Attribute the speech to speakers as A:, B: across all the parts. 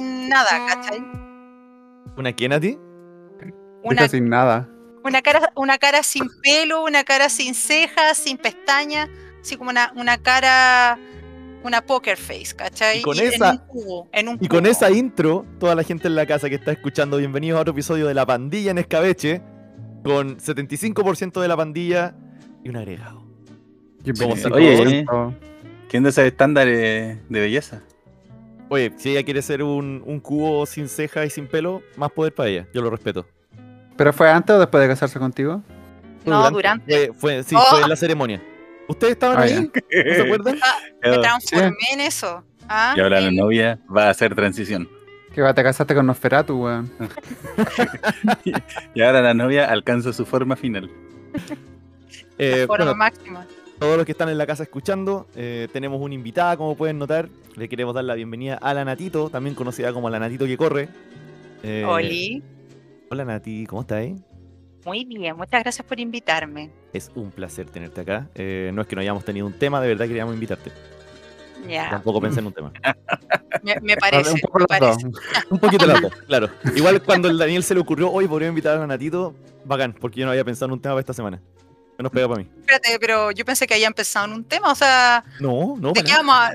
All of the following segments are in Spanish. A: nada, ¿cachai?
B: ¿Una quién a ti?
A: Una,
C: sin nada.
A: una cara, una cara sin pelo, una cara sin cejas, sin pestañas, así como una, una cara, una poker face, ¿cachai?
B: Y con
A: en
B: esa-
A: un cubo, en un
B: Y con
A: cubo.
B: esa intro, toda la gente en la casa que está escuchando, bienvenidos a otro episodio de La Pandilla en Escabeche, con 75% de la pandilla y un agregado. Como
C: Bienvenido.
D: oye, eh. ¿Quién de esos estándares de belleza?
B: Oye, si ella quiere ser un, un cubo sin ceja y sin pelo, más poder para ella, yo lo respeto.
C: ¿Pero fue antes o después de casarse contigo?
B: Fue
A: No, durante.
B: Fue, fue- sí,
A: Oh.
B: fue en la ceremonia. ¿Ustedes estaban
C: Ah,
B: ahí?
C: ya.
B: ¿No se acuerdan?
A: Me transformé en eso. ¿ah?
D: Y ahora la
A: En-
D: novia va a hacer transición.
C: Que va, te casaste con Nosferatu, weón.
D: Y ahora la novia alcanza su forma final.
B: Eh,
A: forma
B: bueno,
A: máxima.
B: todos los que están en la casa escuchando, eh, tenemos una invitada, como pueden notar. Le queremos dar la bienvenida a la Natito, también conocida como la Natito que corre. Eh,
A: Oli,
B: Hola Nati, ¿cómo estás? eh?
A: muy bien, muchas gracias por invitarme.
B: Es un placer tenerte acá. Eh, no es que no hayamos tenido un tema, de verdad queríamos invitarte.
A: Ya,
B: Tampoco pensé en un tema.
A: me, me parece.
C: un poco
A: me
C: los
A: parece.
C: dos.
B: Un poquito las dos, claro. Igual cuando el Daniel se le ocurrió hoy podría invitar a la Natito, bacán, porque yo no había pensado en un tema para esta semana. Menos pega para mí.
A: Espérate, pero yo pensé que había empezado en un tema, o sea,
B: No, no,
A: ¿de
B: para
A: qué vamos a-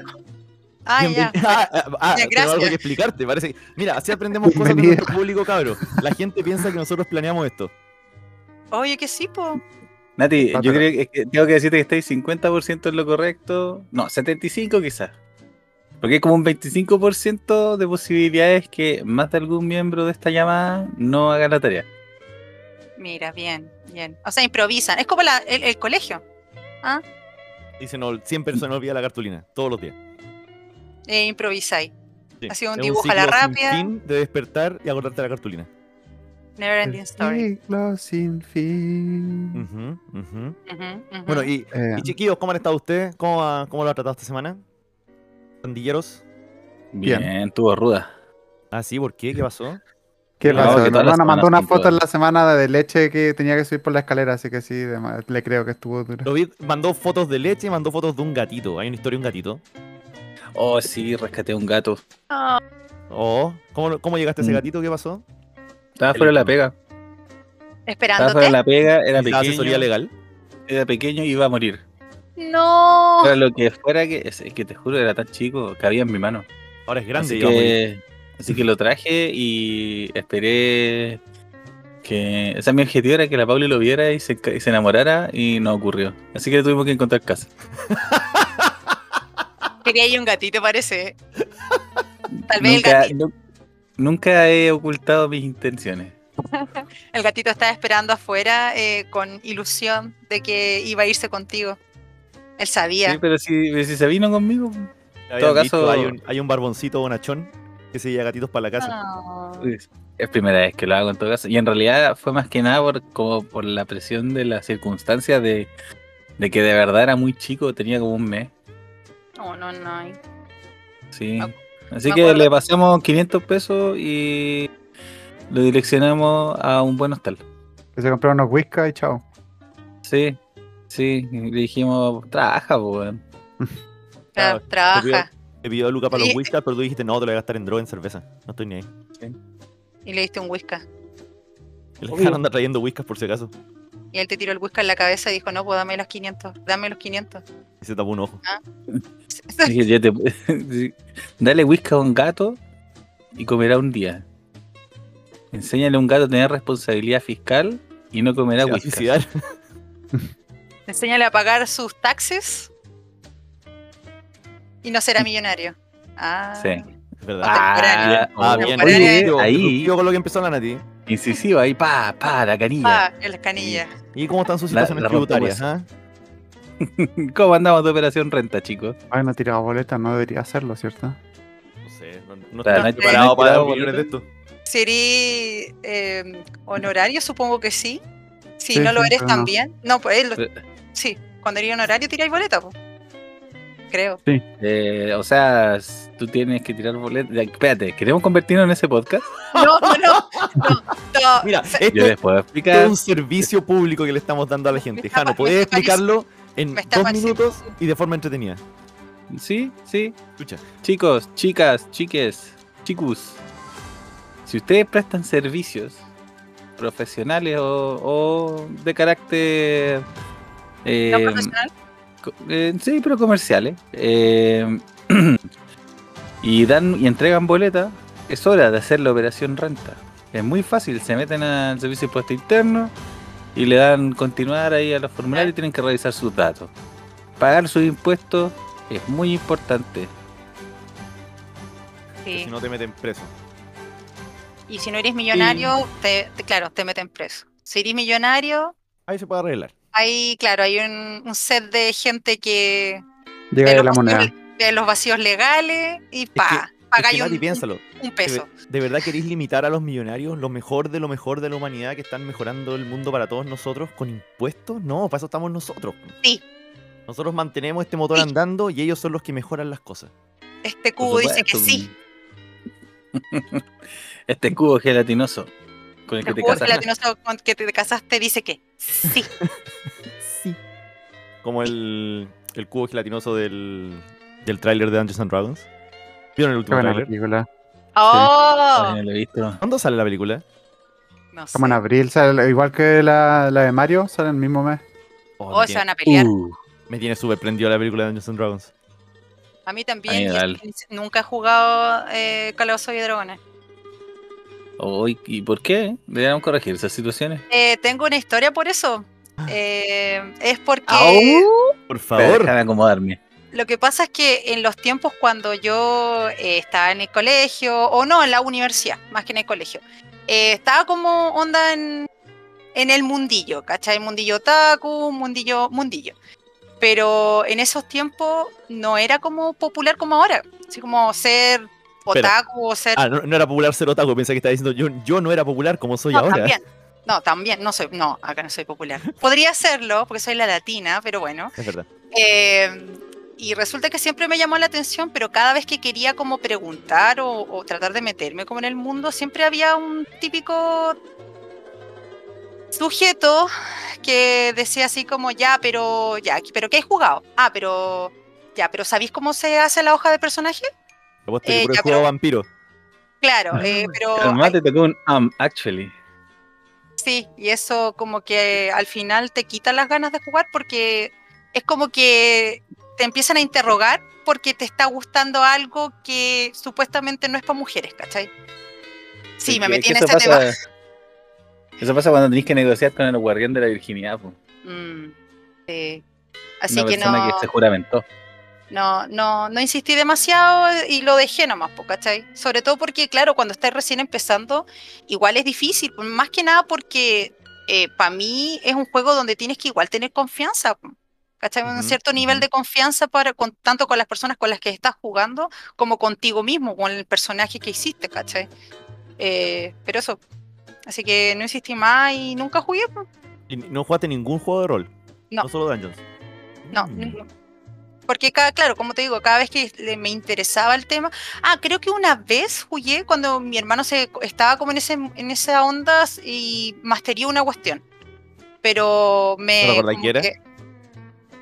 A: Ah,
B: Bienven-
A: ya.
B: Ah, ah, ah,
A: Ya,
B: tengo algo
A: gracias.
B: que explicarte, parece. que- Mira, así aprendemos cosas de
C: Bienvenida.
B: nuestro público, cabro. La gente piensa que nosotros planeamos esto.
A: Oye, que sí, po.
D: Nati,
C: Ah,
D: yo
C: pero-
D: creo que, es que tengo que decirte que estáis 50% en lo correcto. No, 75% quizás. Porque hay como un 25% de posibilidades que más de algún miembro de esta llamada no haga la tarea.
A: Mira, bien, bien. O sea, improvisan. Es como la- el, el colegio.
B: Dicen, no, siempre se nos olvida la cartulina, todos los días.
A: Eh, improvisáis.
B: Sí,
A: Ha sido un
B: es
A: dibujo a la
B: ciclo sin
A: rápida.
B: fin de despertar y acordarte la cartulina.
A: Never ending story.
C: Ciclo sin
D: Mm.
C: fin.
B: Ujú, ujú.
A: Ujú, ujú.
B: Bueno, y
C: Eh,
B: Y chiquillos, ¿cómo han estado ustedes? ¿Cómo, ha- cómo lo ha tratado esta semana? ¿Pandilleros?
C: Bien.
D: Bien, tuvo ruda.
B: Ah, sí, ¿por qué? ¿Qué pasó?
C: ¿Qué
D: No,
C: pasó?
D: que
C: Mi
D: todas las
C: hermana mandó
D: semanas
C: una
D: son
C: foto en
D: todas.
C: la semana de leche que tenía que subir por la escalera, así que sí, de ma- le creo que estuvo dura.
B: Lo vi, mandó fotos de leche y mandó fotos de un gatito. Hay una historia de un gatito.
D: Oh, sí, rescaté a un gato.
A: Ah,
B: Oh, ¿cómo, lo- cómo llegaste a ese
D: Mm.
B: gatito? ¿Qué pasó?
D: Estaba fuera de la pega. Estaba fuera
A: esperándote.
D: de la pega, era
B: ¿Necesitaba asesoría
D: pequeño,
B: legal?
D: era pequeño y iba a morir.
A: No.
D: Fuera lo que fuera que, es es que te juro, era tan chico, cabía en mi mano.
B: Ahora es grande.
D: así,
B: digamos.
D: que, así que lo traje y esperé que... O sea, mi objetivo era que la Pauli lo viera y se, ca- y se enamorara y no ocurrió. Así que le tuvimos que encontrar casa.
A: Quería ir un gatito, parece. Tal vez el
D: nunca,
A: gatito,
D: nu- nunca he ocultado mis intenciones.
A: el gatito estaba esperando afuera eh, con ilusión de que iba a irse contigo. Él sabía.
D: Sí, pero si, si se vino conmigo...
B: Habían
D: todo
B: visto,
D: caso-
B: hay, un, hay un barboncito bonachón que se lleva gatitos para la casa.
A: Ah.
D: Es es primera vez que lo hago en todo caso. Y en realidad fue más que nada por, como por la presión de la circunstancia de, de que de verdad era muy chico, tenía como un mes.
A: No, no, no.
D: Sí.
A: Me acu-
D: Así
A: me
D: que
A: acuerdo.
D: le pasamos 500 pesos y lo direccionamos a un buen hostal.
C: Que se compró unos whiskas y chao.
D: Sí, sí. y Le dijimos, trabaja, po, weón".
A: Tra-
B: Ah,
A: trabaja.
B: Te pidió a Luca para los
A: Sí.
B: whiskas, pero tú dijiste, no, te lo voy a gastar en droga, en cerveza. No estoy ni ahí.
A: Y le diste un whiskas.
B: El
D: Obvio.
B: cara anda trayendo whiskas por si acaso.
A: Y él te tiró el whiskas en la cabeza y dijo, no, pues dame los 500. Dame los 500.
B: Y se tapó un ojo.
D: Dije, "Ya te- Dale whisky a un gato y comerá un día. Enséñale a un gato a tener responsabilidad fiscal y no comerá
B: Se va a
D: whisky.
B: suicidar.
A: Enséñale a pagar sus taxes. Y no será millonario. Ah.
D: Sí.
B: Es ¿Verdad?
D: Ah,
A: Contemporáneo.
B: Ah,
D: oh,
B: bien.
A: Oye,
B: Productivo,
D: ahí.
B: productivo con lo que empezó la Nati.
D: incisiva ahí, pa, pa, la canilla.
A: Ah, en las canillas.
B: ¿Y cómo están sus
D: La- pues.
B: situaciones
D: la
B: tributarias?
D: rompehuesos.
B: ah?
D: ¿Cómo andamos de operación renta, chicos?
C: Ay, no tiraba boletas, no debería hacerlo, ¿cierto?
B: No sé, no, no
D: Claro,
B: estoy
D: no hay-
B: preparado
D: no hay
B: para
D: tirado
B: dar opiniones de esto.
A: ¿Sería eh, honorario? Supongo que sí. Si
C: Sí,
A: no lo
C: sí,
A: eres
C: pero no.
A: también. No, pues él lo-
D: Eh.
A: Sí, cuando eres honorario tiráis boleta, po. Creo.
D: Eh, o sea, s- tú tienes que tirar boletas. Espérate, ¿queremos convertirnos en ese podcast?
A: No, no, no. no, no.
B: Mira,
A: Se-
D: Yo
B: este
D: les puedo
B: es
D: explicar.
B: un servicio público que le estamos dando a la gente.
A: Me está
B: Jano,
A: pa-
B: ¿podés
A: me está
B: explicarlo en
A: me está
B: dos
A: pareciendo-
B: minutos y de forma entretenida?
D: Sí, sí.
B: Escucha.
D: Chicos, chicas, chiques, chicos. Si ustedes prestan servicios profesionales o, o de carácter...
A: ¿No
D: eh,
A: profesional?
D: co- eh, sí, pero comerciales. eh, y dan y entregan boleta, es hora de hacer la operación renta. Es muy fácil, se meten al servicio de impuesto interno y le dan continuar ahí a los formularios y tienen que revisar sus datos. Pagar sus impuestos es muy importante.
A: Sí.
B: Si no te meten preso.
A: Y si no eres millonario, te, te- claro, te meten preso. Si eres millonario,
B: Ahí se puede arreglar.
A: hay, claro, hay un, un set de gente que
C: Llega de
A: los
C: la
A: vacíos-
C: moneda.
A: ve los vacíos legales y
B: que-
A: pa,
B: Es que,
A: pagáis
B: Nati,
A: un,
B: piénsalo.
A: un
B: ¿De
A: peso.
B: ve- ¿De verdad queréis limitar a los millonarios lo mejor de lo mejor de la humanidad que están mejorando el mundo para todos nosotros con impuestos? No, para eso estamos nosotros.
A: Sí.
B: Nosotros mantenemos este motor
A: Sí.
B: andando y ellos son los que mejoran las cosas.
A: Este
D: Por
A: cubo dice que
D: supuesto.
A: sí.
D: este cubo gelatinoso con el que
A: El Este
D: te
A: cubo
D: casas.
A: gelatinoso con que te casaste dice que sí.
B: Sí. Como el, el cubo gelatinoso del, del tráiler de Dungeons and Dragons. ¿Vieron el
C: Qué
B: último
C: buena
B: tráiler?
C: película.
A: ¡Oh!
D: Todavía no Ah, lo he visto.
B: ¿Cuándo sale la película?
A: No sé.
C: Como en abril, sale- igual que la, la de Mario, sale el mismo mes.
B: Oh,
A: Oh,
B: me,
A: se
B: tiene,
A: van a pelear.
D: Uh,
B: me tiene súper prendido la película de Dungeons and Dragons.
A: A mí
D: Ahí,
A: también. y eso
D: dale.
A: que ni- Nunca he jugado eh, Calabozos y Dragones.
D: oh, ¿y- ¿Y por qué? Deberíamos corregir esas situaciones.
A: Eh, tengo una historia por eso. Eh, es porque
B: Por
D: Espera,
B: favor.
D: Déjame acomodarme.
A: lo que pasa es que en los tiempos cuando yo eh, estaba en el colegio, o no, en la universidad, más que en el colegio, eh, estaba como onda en, en el mundillo, ¿cachai? Mundillo otaku, mundillo, mundillo. Pero en esos tiempos no era como popular como ahora. Así como ser
B: Espera.
A: otaku o ser...
B: Ah, no, no era popular ser otaku, pensé que estaba diciendo yo, yo no era popular como soy
A: No,
B: ahora.
A: también. No, también. No soy... No, acá no soy popular. Podría serlo, porque soy la latina, pero bueno.
B: Es verdad.
A: Eh, y resulta que siempre me llamó la atención, pero cada vez que quería como preguntar o, o tratar de meterme como en el mundo, siempre había un típico sujeto que decía así como, ya, pero, ya, pero ¿qué he jugado? Ah, pero, ya, pero ¿sabéis cómo se hace la hoja de personaje?
B: Vos te
A: Eh,
B: puro
A: ya,
B: juego
A: pero-
B: vampiro.
A: Claro,
D: Ah,
A: eh, pero
D: Además te tocó un am, actually.
A: Sí, y eso como que al final te quita las ganas de jugar porque es como que te empiezan a interrogar porque te está gustando algo que supuestamente no es para mujeres, ¿cachai? Sí, me
D: Que-
A: metí
D: que
A: en ese
D: eso
A: tema.
D: pasa- Eso pasa cuando tenés que negociar con el guardián de la virginidad. po.
A: Mm, sí. Así
D: una
A: que
D: persona
A: no,
D: que se juramentó.
A: no, no, no insistí demasiado y lo dejé nomás, po, ¿cachai? Sobre todo porque, claro, cuando estás recién empezando, igual es difícil, más que nada porque para mí es un juego donde tienes que igual tener confianza, po, ¿cachai? Un
B: Ujú,
A: cierto nivel
B: ujú.
A: de confianza para, con, tanto con las personas con las que estás jugando como contigo mismo, con el personaje que hiciste, ¿cachai? Eh, pero eso, así que no insistí más y nunca jugué, po.
B: Y no jugaste ningún juego de rol.
A: No.
B: solo Dungeons.
A: No,
B: Mm.
A: ninguno. Porque cada, claro, como te digo, cada vez que le- me interesaba el tema, ah, creo que una vez jugué cuando mi hermano se estaba como en ese en esa ondas y masterió una cuestión. Pero me
B: ¿No recuerdas
A: como
B: qué era?
A: que-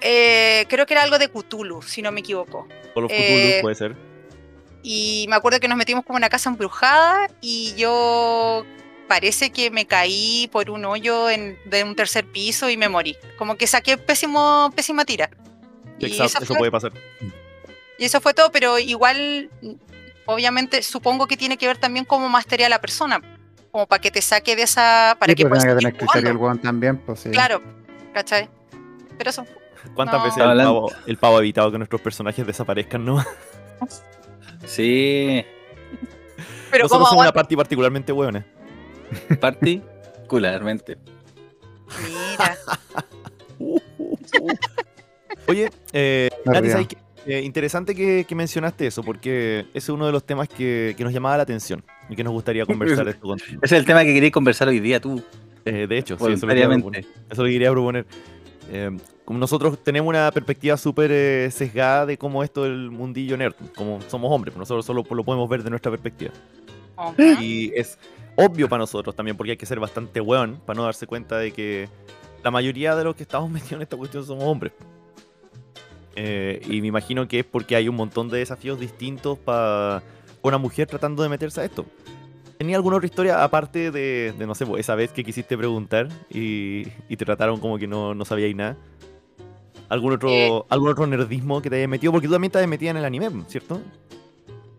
A: eh, creo que era algo de Cthulhu, si no me equivoco.
B: Por los
A: Eh,
B: Cthulhu puede ser.
A: Y me acuerdo que nos metimos como en una casa embrujada y yo parece que me caí por un hoyo en- de un tercer piso y me morí. Como que saqué pésimo, pésima tira. Y
B: Exacto,
A: esa
B: eso
A: fue-
B: puede pasar.
A: y eso fue todo, pero igual, mm, obviamente, supongo que tiene que ver también cómo mastería la persona, como para que te saque de esa. para
C: Sí,
A: que
C: pero
A: puedas
C: tiene que
A: seguir
C: tener criterio el
A: jugando.
C: weón también, pues sí.
A: Claro, ¿cachai? Pero eso.
B: ¿Cuántas
A: No.
B: veces el
D: Hablando-
B: pavo, el pavo ha evitado que nuestros personajes desaparezcan, no?
D: Sí,
A: Pero
B: Nosotros
A: como
B: somos una party particularmente buena.
D: particularmente.
A: Mira,
B: Oye, eh,
C: Me
B: Nati,
C: río.
B: ¿sabes qué? Eh, interesante que, que mencionaste eso, porque ese es uno de los temas que, que nos llamaba la atención y que nos gustaría conversar esto con-
D: Ese es el tema que quería conversar hoy día tú,
B: eh, de hecho, sí, eso lo quería proponer.
D: voluntariamente.
B: Eso lo quería proponer. Eh, como nosotros tenemos una perspectiva súper eh, sesgada de cómo es todo el mundillo nerd, como somos hombres, pues nosotros solo lo podemos ver de nuestra perspectiva.
A: ujú,
B: Y es obvio para nosotros también, porque hay que ser bastante weón para no darse cuenta de que la mayoría de los que estamos metidos en esta cuestión somos hombres. Eh, y me imagino que es porque hay un montón de desafíos distintos para una mujer tratando de meterse a esto. ¿Tenía alguna otra historia aparte de, de, no sé, pues, esa vez que quisiste preguntar y, y te trataron como que no, no sabíais nada? ¿Algún otro,
A: Eh.
B: ¿Algún otro nerdismo que te hayas metido? Porque tú también te habías metido en el anime, ¿cierto?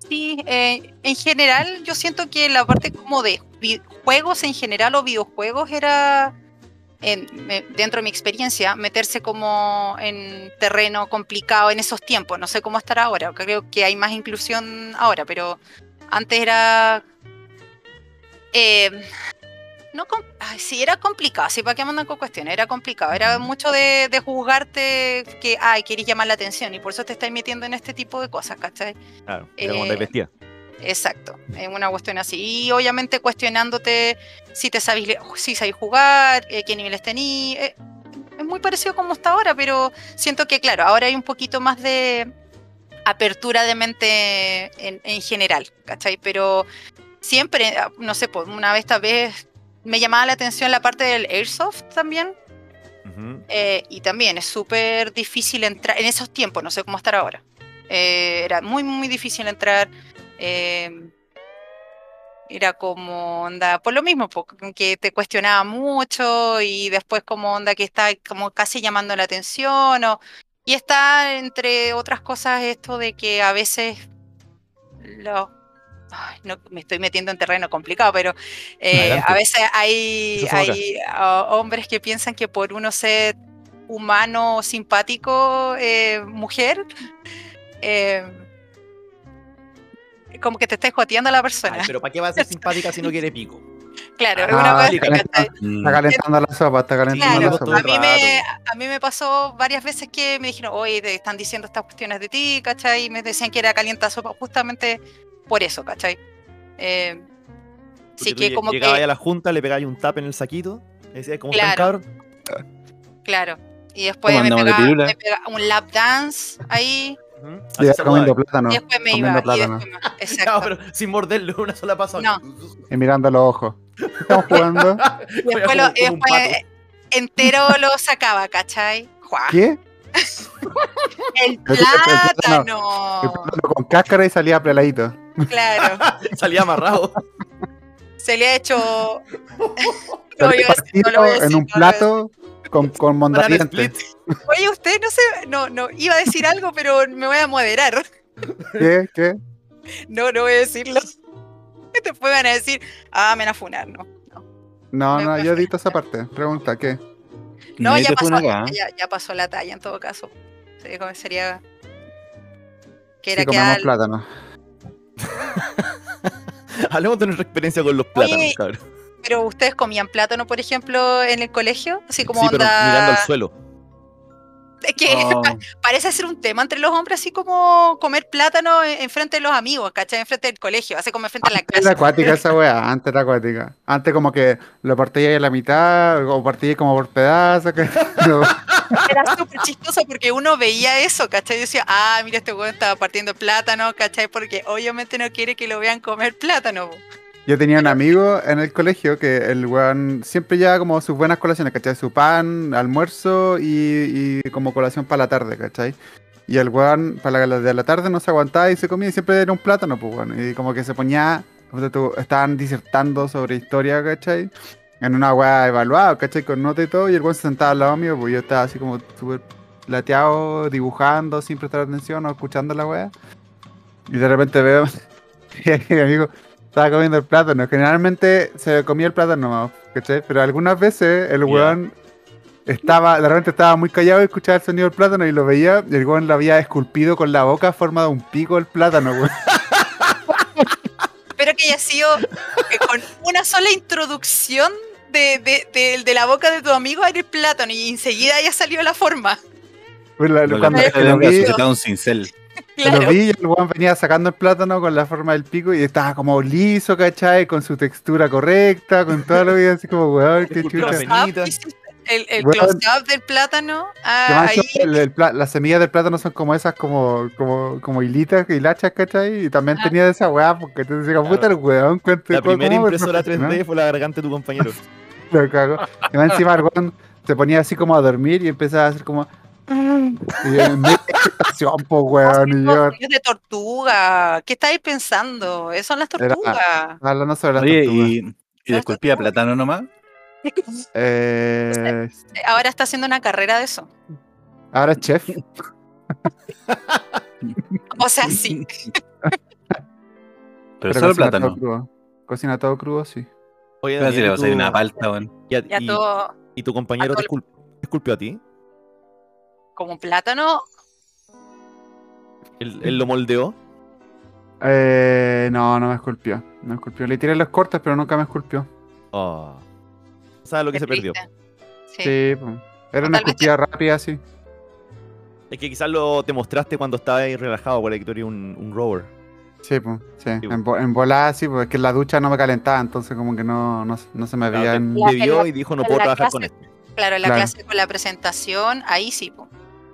A: Sí, eh, en general yo siento que la parte como de vi- juegos en general o videojuegos era, en- me- dentro de mi experiencia, meterse como en terreno complicado en esos tiempos. No sé cómo estará ahora, creo que hay más inclusión ahora, pero antes era... eh, no com- ay, sí, era complicado, sí, para qué mandan con cuestiones, era complicado, era mucho de, de juzgarte que, ay, querés llamar la atención y por eso te estás metiendo en este tipo de cosas, ¿cachai?
B: Claro, era como
A: Eh,
B: te vestía.
A: Exacto, es una cuestión así. Y obviamente cuestionándote si te sabís, le- si sabís jugar, eh, qué niveles tení. eh, es muy parecido como está ahora, pero siento que, claro, ahora hay un poquito más de apertura de mente en, en general, ¿cachai? Pero siempre, ah, no sé, pues, una vez tal vez me llamaba la atención la parte del airsoft también.
B: Ujú.
A: eh, y también es súper difícil entrar en esos tiempos, no sé cómo estar ahora. Eh, era muy, muy difícil entrar. eh, era como onda, por lo mismo, po, que te cuestionaba mucho y después como onda que está como casi llamando la atención. o- y está, entre otras cosas, esto de que a veces lo... Ay, no, me estoy metiendo en terreno complicado, pero eh,
B: Adelante.
A: a veces hay,
B: Eso sobra.
A: hay ah, hombres que piensan que por uno ser humano, simpático, eh, mujer, eh, como que te está joteando a la persona.
B: Ay, pero ¿para qué va a ser simpática si no quiere pico?
A: Claro,
B: Ah,
A: es una
C: está
A: cosa,
C: calentando-
A: ¿cachai?
D: Mm.
C: Está calentando la sopa, está calentando
A: Claro,
C: la
B: todo
A: a
B: el
C: sopa.
A: mí, me,
B: rato.
A: a mí me pasó varias veces que me dijeron, oye, te están diciendo estas cuestiones de ti, ¿cachai? Y me decían que era calienta sopa justamente por eso, ¿cachai? Eh,
B: Porque
A: sí
B: tú
A: que
B: lle-
A: como que...
B: llegabas ahí a la junta, le pegabas ahí un tap en el saquito, y decías, ¿cómo están,
A: Claro.
B: cabrón?
A: Claro. Y después
D: ¿Cómo
A: me
D: andamos de
A: pegaba,
D: pirula?
A: me pegaba un lap dance ahí.
B: Ujú. Así
C: Ya
B: se jugaba.
C: comiendo plátano
A: y después me
C: comiendo
A: iba. y
C: plátano.
A: después me-
B: No,
A: exacto.
B: pero sin morderlo, una sola pasada.
C: y mirando los ojos. Estamos jugando.
A: Y después, lo- y
B: Como un
A: después entero lo sacaba, ¿cachai? ¡Jua!
C: ¿Qué?
A: El
C: Pero tú te pensabas, El
A: plátano.
C: plátano con cáscara y salía peladito.
A: Claro.
B: pato. Salía amarrado.
A: Se le ha hecho. No,
C: Salía
A: yo decir, no lo
C: partido
A: voy a decir,
C: en un
A: no lo voy a
C: plato con, con
B: Banana
C: mondadientes.
B: split.
A: decir. Oye, usted no se. No, no. Iba a decir algo, pero me voy a moderar.
C: ¿Qué? ¿Qué?
A: No, no voy a decirlo. Después van a decir, ah, me van a funar, ¿no?
C: No,
A: Me
C: no, yo
A: cuesta.
C: edito esa parte. Pregunta, ¿qué?
A: No,
D: Nadie
A: ya
D: te ¿eh? fue
A: pasó,
D: una cagada.
A: ya, ya pasó la talla en todo caso. Sí, como sería. Que era que
C: Si comemos
A: al-
C: plátano.
B: Hablemos de nuestra experiencia con los plátanos,
A: Oye,
B: cabrón.
A: Pero ustedes comían plátano, por ejemplo, en el colegio, así como
B: Sí, pero
A: onda.
B: mirando al suelo.
A: Es que
D: Oh,
A: parece ser un tema entre los hombres, así como comer plátano en, en frente de los amigos, ¿cachai? Enfrente del colegio, así como enfrente de la
C: Antes era
A: clase.
C: acuática esa weá, antes era acuática. Antes como que lo partíais a la mitad, o partíais como por pedazos. Que... No.
A: Era súper chistoso porque uno veía eso, ¿cachai? Y decía, ah, mira, este weón estaba partiendo plátano, ¿cachai? Porque obviamente no quiere que lo vean comer plátano. po.
C: Yo tenía un amigo en el colegio que el weón siempre llevaba como sus buenas colaciones, ¿cachai? Su pan, almuerzo y, y como colación para la tarde, ¿cachai? Y el weón para la de la tarde no se aguantaba y se comía y siempre era un plátano, pues weón. Y como que se ponía, ponte tú, estaban disertando sobre historia, ¿cachai? En una weá evaluada, ¿cachai? Con nota y todo. Y el weón se sentaba al lado mío, pues yo estaba así como súper lateado, dibujando, sin prestar atención o escuchando la weá. Y de repente veo que mi amigo estaba comiendo el plátano. Generalmente se comía el plátano, ¿cachai? Pero algunas veces el
B: Ya.
C: weón estaba, de repente estaba muy callado y escuchaba el sonido del plátano y lo veía y el weón lo había esculpido con la boca forma de un pico el plátano, weón.
A: Espero que haya sido eh, con una sola introducción de, de- de- de la boca de tu amigo a el plátano y enseguida haya salido la forma.
C: Pues la-
D: no,
C: cuando
D: le-
A: es
C: lo
D: le-
C: vi,
D: le- le- un cincel.
A: Claro.
C: Lo vi y el weón venía sacando el plátano con la forma del pico y estaba como liso, ¿cachai? Con su textura correcta, con toda la vida así como, weón, qué
B: Disculpa,
C: chucha.
B: señor.
A: Ah,
B: Benita.
A: hiciste El, el
C: Bueno.
A: close-up del plátano. ah,
C: Que más
A: ahí,
C: encima el- el pla- las semillas del plátano son como esas, como, como, como hilitas, hilachas, ¿cachai? Y también
A: Ah.
C: tenía de esa weá, porque te decía,
B: Claro.
C: puta el weón, cuente
B: La
C: cómo-
B: primera
C: cómo me
B: impresora
C: profesional".
B: 3D fue la garganta de tu compañero.
C: Lo cago. Y más encima el weón se ponía así como a dormir y empezaba a hacer como. "Ah". Y yo, "Me- animación, po, weón. Y yo
A: Yo de tortuga. ¿Qué estáis pensando? Esas son las
C: Era-
A: tortugas.
C: hablando sobre las
D: Oye,
C: tortugas.
D: y, y de esculpía plátano nomás.
C: Eh,
A: Ahora está haciendo una carrera de eso.
C: ahora es chef.
A: O sea, Ah, sí.
D: Pero, solo
C: cocina
D: plátano.
C: todo crudo. Cocina todo crudo, sí.
B: Oye,
D: Voy a decirle,
B: Daniel,
D: va a salir
B: tu-
D: una palta, weón.
B: y, a-
A: Ya
B: y-
A: todo
B: y tu compañero
A: a
B: te
A: todo
B: escul- te esculpió a ti.
A: como un plátano.
B: Él, él lo moldeó.
C: Eh, no, no me esculpió. No me esculpió. Le tiré los cortes, pero nunca me esculpió.
B: Ah. ¿Sabes lo que
A: qué
B: se perdió?
A: triste. Sí.
C: Sí, po. Era
A: O
C: una
A: tal vez
C: esculpida rápida, sí.
B: Es que quizás lo te mostraste cuando estabas ahí relajado, por ahí que tú eres un, un rover.
C: Sí, po, sí.
B: Sí, po.
C: En, vo- en volada, sí, porque es que en la ducha no me calentaba, entonces como que no, no, no se me
B: Claro,
C: había...
B: te,
A: La-
B: te vio
A: en la-
B: y dijo, no
A: en
B: puedo
A: la
B: trabajar
A: clase-
B: con esto.
A: Claro, en la
C: Claro.
A: clase con la presentación, ahí sí. po.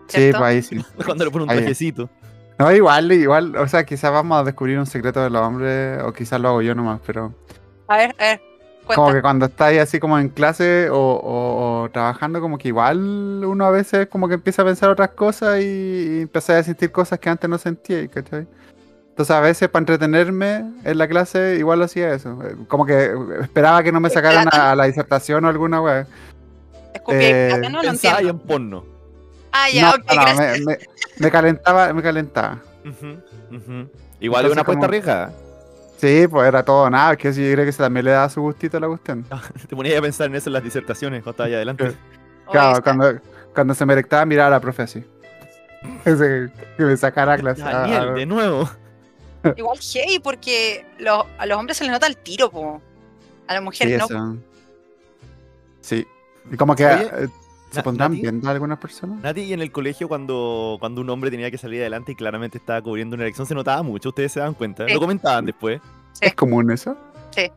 C: Sí,
A: ¿cierto?
C: pues ahí sí.
B: Cuando le pone un
C: Ahí.
B: trajecito.
C: No, igual, igual, o sea, quizás vamos a descubrir un secreto de los hombres, o quizás lo hago yo nomás, pero
A: A ver, a ver.
C: como
A: Cuenta.
C: que cuando estáis así como en clase o, o- o trabajando, como que igual uno a veces como que empieza a pensar otras cosas y, y empieza a sentir cosas que antes no sentía, ¿cachai? Entonces a veces para entretenerme en la clase igual hacía eso, eh, como que esperaba que no me sacaran a, a la disertación o alguna wea.
A: Escupí el
C: eh,
A: plátano, lo
B: Pensaba
A: entiendo.
B: en porno.
A: Ah, ya,
C: No,
A: ok,
C: no,
A: gracias.
C: me, me- me calentaba, me calentaba.
B: Ujú, ujú. Igual es
C: Entonces,
B: una apuesta
C: como-
B: riesgada.
C: Sí, pues era todo, nada, es que sí, yo creo que se también le da su gustito a la cuestión.
B: Te ponías a pensar en eso en las disertaciones cuando estabas allá adelante.
A: Oye,
C: Claro,
A: está-
C: cuando, cuando se me rectaba miraba a la profe así. Ese, que me sacara a
B: pues,
C: clase.
B: ah,
C: a- a-
B: Daniel, de nuevo.
A: Igual hey, porque los- a los hombres se les nota el tiro, po. A las
C: sí,
A: mujeres no.
C: eso. Sí. Y como que
B: Oye,
C: eh, se
B: Na-
C: pondrán
B: Nati.
C: viendo a algunas personas.
B: Nati, y en el colegio cuando, cuando un hombre tenía que salir adelante y claramente estaba cubriendo una elección, se notaba mucho, ustedes se dan cuenta.
A: Sí.
B: Lo comentaban después.
A: Sí.
C: ¿Es común eso?
A: Sí.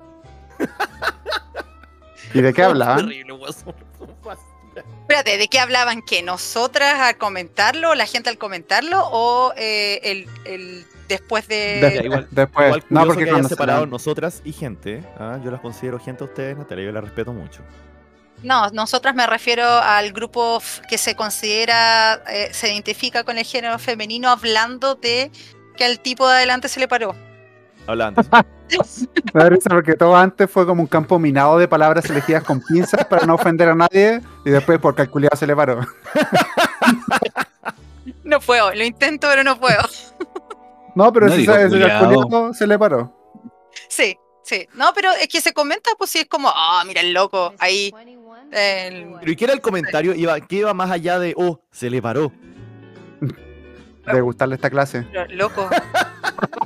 C: ¿Y de qué
B: Oh,
C: hablaban?
B: terrible, weón, somos basura.
A: Espérate, ¿de qué hablaban? ¿Que nosotras al comentarlo, la gente al comentarlo o eh, el, el después
C: Después.
A: de...
B: igual-
C: eh, después.
B: Igual
C: no,
B: curioso
C: porque
B: que hayan
C: cuando se
B: separado
C: la-
B: nosotras y gente. ¿ah? Yo las considero gente a ustedes, Natalia, yo las respeto mucho.
A: No, nosotras me refiero al grupo f- que se considera, eh, se identifica con el género femenino hablando de que al tipo de adelante se le paró.
B: Hablaban de eso.
C: Me da risa porque todo antes fue como un campo minado de palabras elegidas con pinzas para no ofender a nadie y después por calcular se le paró.
A: No puedo, lo intento pero no puedo.
C: No, pero
D: No
C: sí
D: digo
C: sabes, el
D: culiao.
C: calculado se le paró.
A: Sí, sí. No, pero es que se comenta pues sí es como, ah, mira el loco, ahí. el-
B: Pero ¿y qué era el comentario? Iba, ¿Qué iba más allá de, oh, se le paró?
C: de gustarle esta clase.
A: Pero, Loco.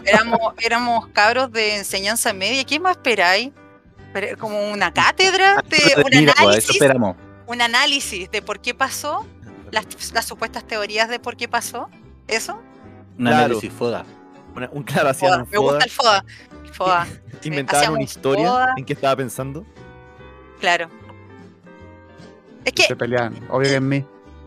A: Éramos, éramos cabros de enseñanza media. ¿Qué más esperáis? Pero, Como una cátedra de un
D: Mira, pues, eso
A: análisis,
D: esperamos.
A: un análisis de por qué pasó, las, las supuestas teorías de por qué pasó. ¿Eso?
D: Un
B: Claro.
D: análisis foda.
B: Una- un claro,
A: Foda.
B: hacían un
A: Me gusta
B: foda,
A: el FODA. El FODA,
B: inventaban
A: hacían
B: una
A: un
B: historia
A: foda.
B: en que estaba pensando.
A: claro. Es
C: Se
A: que
C: pelean, obvio que en mí.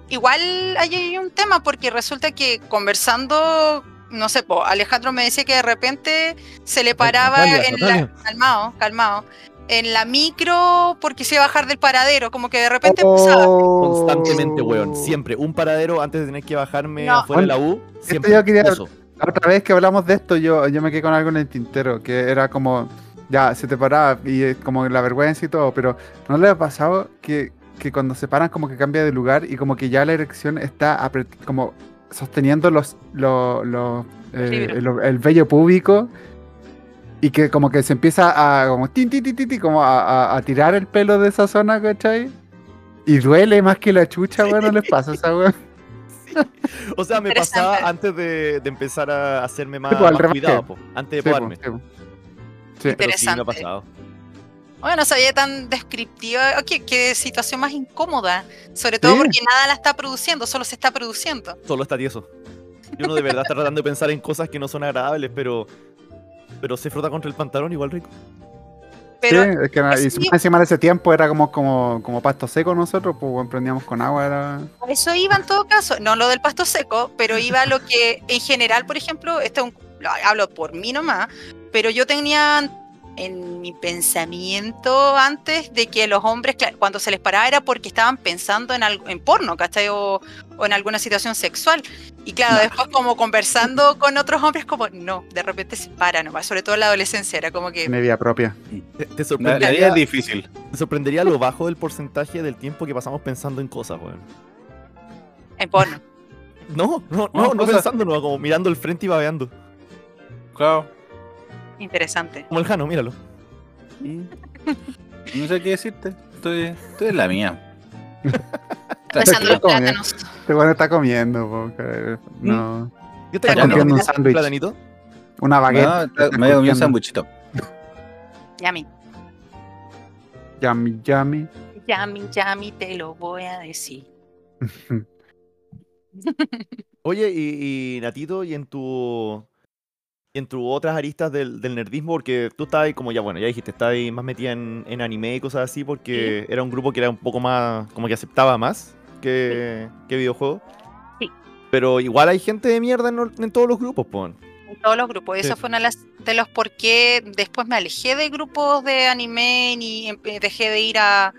A: igual ahí hay un tema porque resulta que conversando, no sé, po, Alejandro me decía que de repente se le paraba
B: Natalia,
A: en
B: Natalia.
A: la calmado, calmado, en la micro porque se iba a bajar del paradero, como que de repente empezaba.
C: Oh.
B: Constantemente, weón. Siempre. Un paradero antes de tener que bajarme
A: No.
B: afuera de la U. Siempre.
C: yo quería-
B: Eso.
C: La otra vez que hablamos de esto, yo, yo me quedé con algo en el tintero, que era como, ya, se te paraba y eh, como la vergüenza y todo, pero ¿no le ha pasado que, que cuando se paran como que cambia de lugar y como que ya la erección está apre- como sosteniendo los, los, los, eh,
A: Libro.
C: el, el vello público y que como que se empieza a como, tin, tin, tin, tin, tin, como a, a- a tirar el pelo de esa zona, ¿cachai? Y duele más que la chucha, weón, no les pasa a esa weón.
B: O sea, me
A: Interesante.
B: pasaba antes de, de empezar a hacerme más,
C: Sí, po, al
B: más
C: revés.
B: cuidado, po, antes de
C: Sí, po,
B: podarme.
C: sí, po. Sí.
B: Pero sí me ha
A: Interesante.
B: pasado.
A: Bueno, no sabía tan descriptiva. Oh, qué, qué situación más incómoda. Sobre todo
C: Sí.
A: porque nada la está produciendo, solo se está produciendo.
B: Solo está tieso. Y uno de verdad está tratando de pensar en cosas que no son agradables, pero. Pero se frota contra el pantalón igual rico.
A: Pero
C: sí, es que na- y
A: sí.
C: más encima de ese tiempo era como, como, como pasto seco nosotros, pues bueno, prendíamos con agua. Era...
A: A eso iba en todo caso, no lo del pasto seco, pero iba a lo que en general, por ejemplo, este es un- lo- hablo por mí nomás, pero yo tenía en mi pensamiento antes de que los hombres, claro, cuando se les paraba era porque estaban pensando en, algo, en porno, ¿cachai? O, o en alguna situación sexual. Y claro, después como conversando con otros hombres, como, no, de repente se para nomás, sobre todo en la adolescencia, era como que...
C: Tiene vida propia.
B: Te, te
D: La,
B: sorprendería,
D: la vida es difícil.
B: te sorprendería lo bajo del porcentaje del tiempo que pasamos pensando en cosas, weón.
A: En porno.
B: No, no, no, no,
D: cosas-
B: pensando, no, como mirando el frente y babeando.
D: Claro.
A: Interesante.
B: Como el Jano, míralo.
D: No sé qué decirte. Estoy, estoy en la mía.
A: Pensando en los
C: Tranquilo. Come.
A: plátanos.
C: Este weón está comiendo, po, cabrón.
A: ¿Mm?
C: No.
B: ¿Qué te
A: Está
B: comiendo?
C: comiendo un
B: ¿Un
C: sándwich.
B: platanito?
C: Una baguette.
D: No,
C: Está
D: está- me he comido
C: comiendo.
D: un sambuchito.
A: Yami.
C: Yummy, yummy.
A: Yami, Yami, te lo voy a decir.
B: Oye, y, y, Natito, y en tu. y en tus otras aristas del, del nerdismo, porque tú estabas ahí como ya, bueno, ya dijiste, estabas ahí más metida en, en anime y cosas así, porque era un grupo que era un poco más. como que aceptaba más que, que videojuegos.
A: Sí.
B: Pero igual hay gente de mierda en, en todos los grupos, pon.
A: En todos los grupos. Eso
B: Sí.
A: fue uno de, las- de los por qué después me alejé de grupos de anime y dejé de ir a,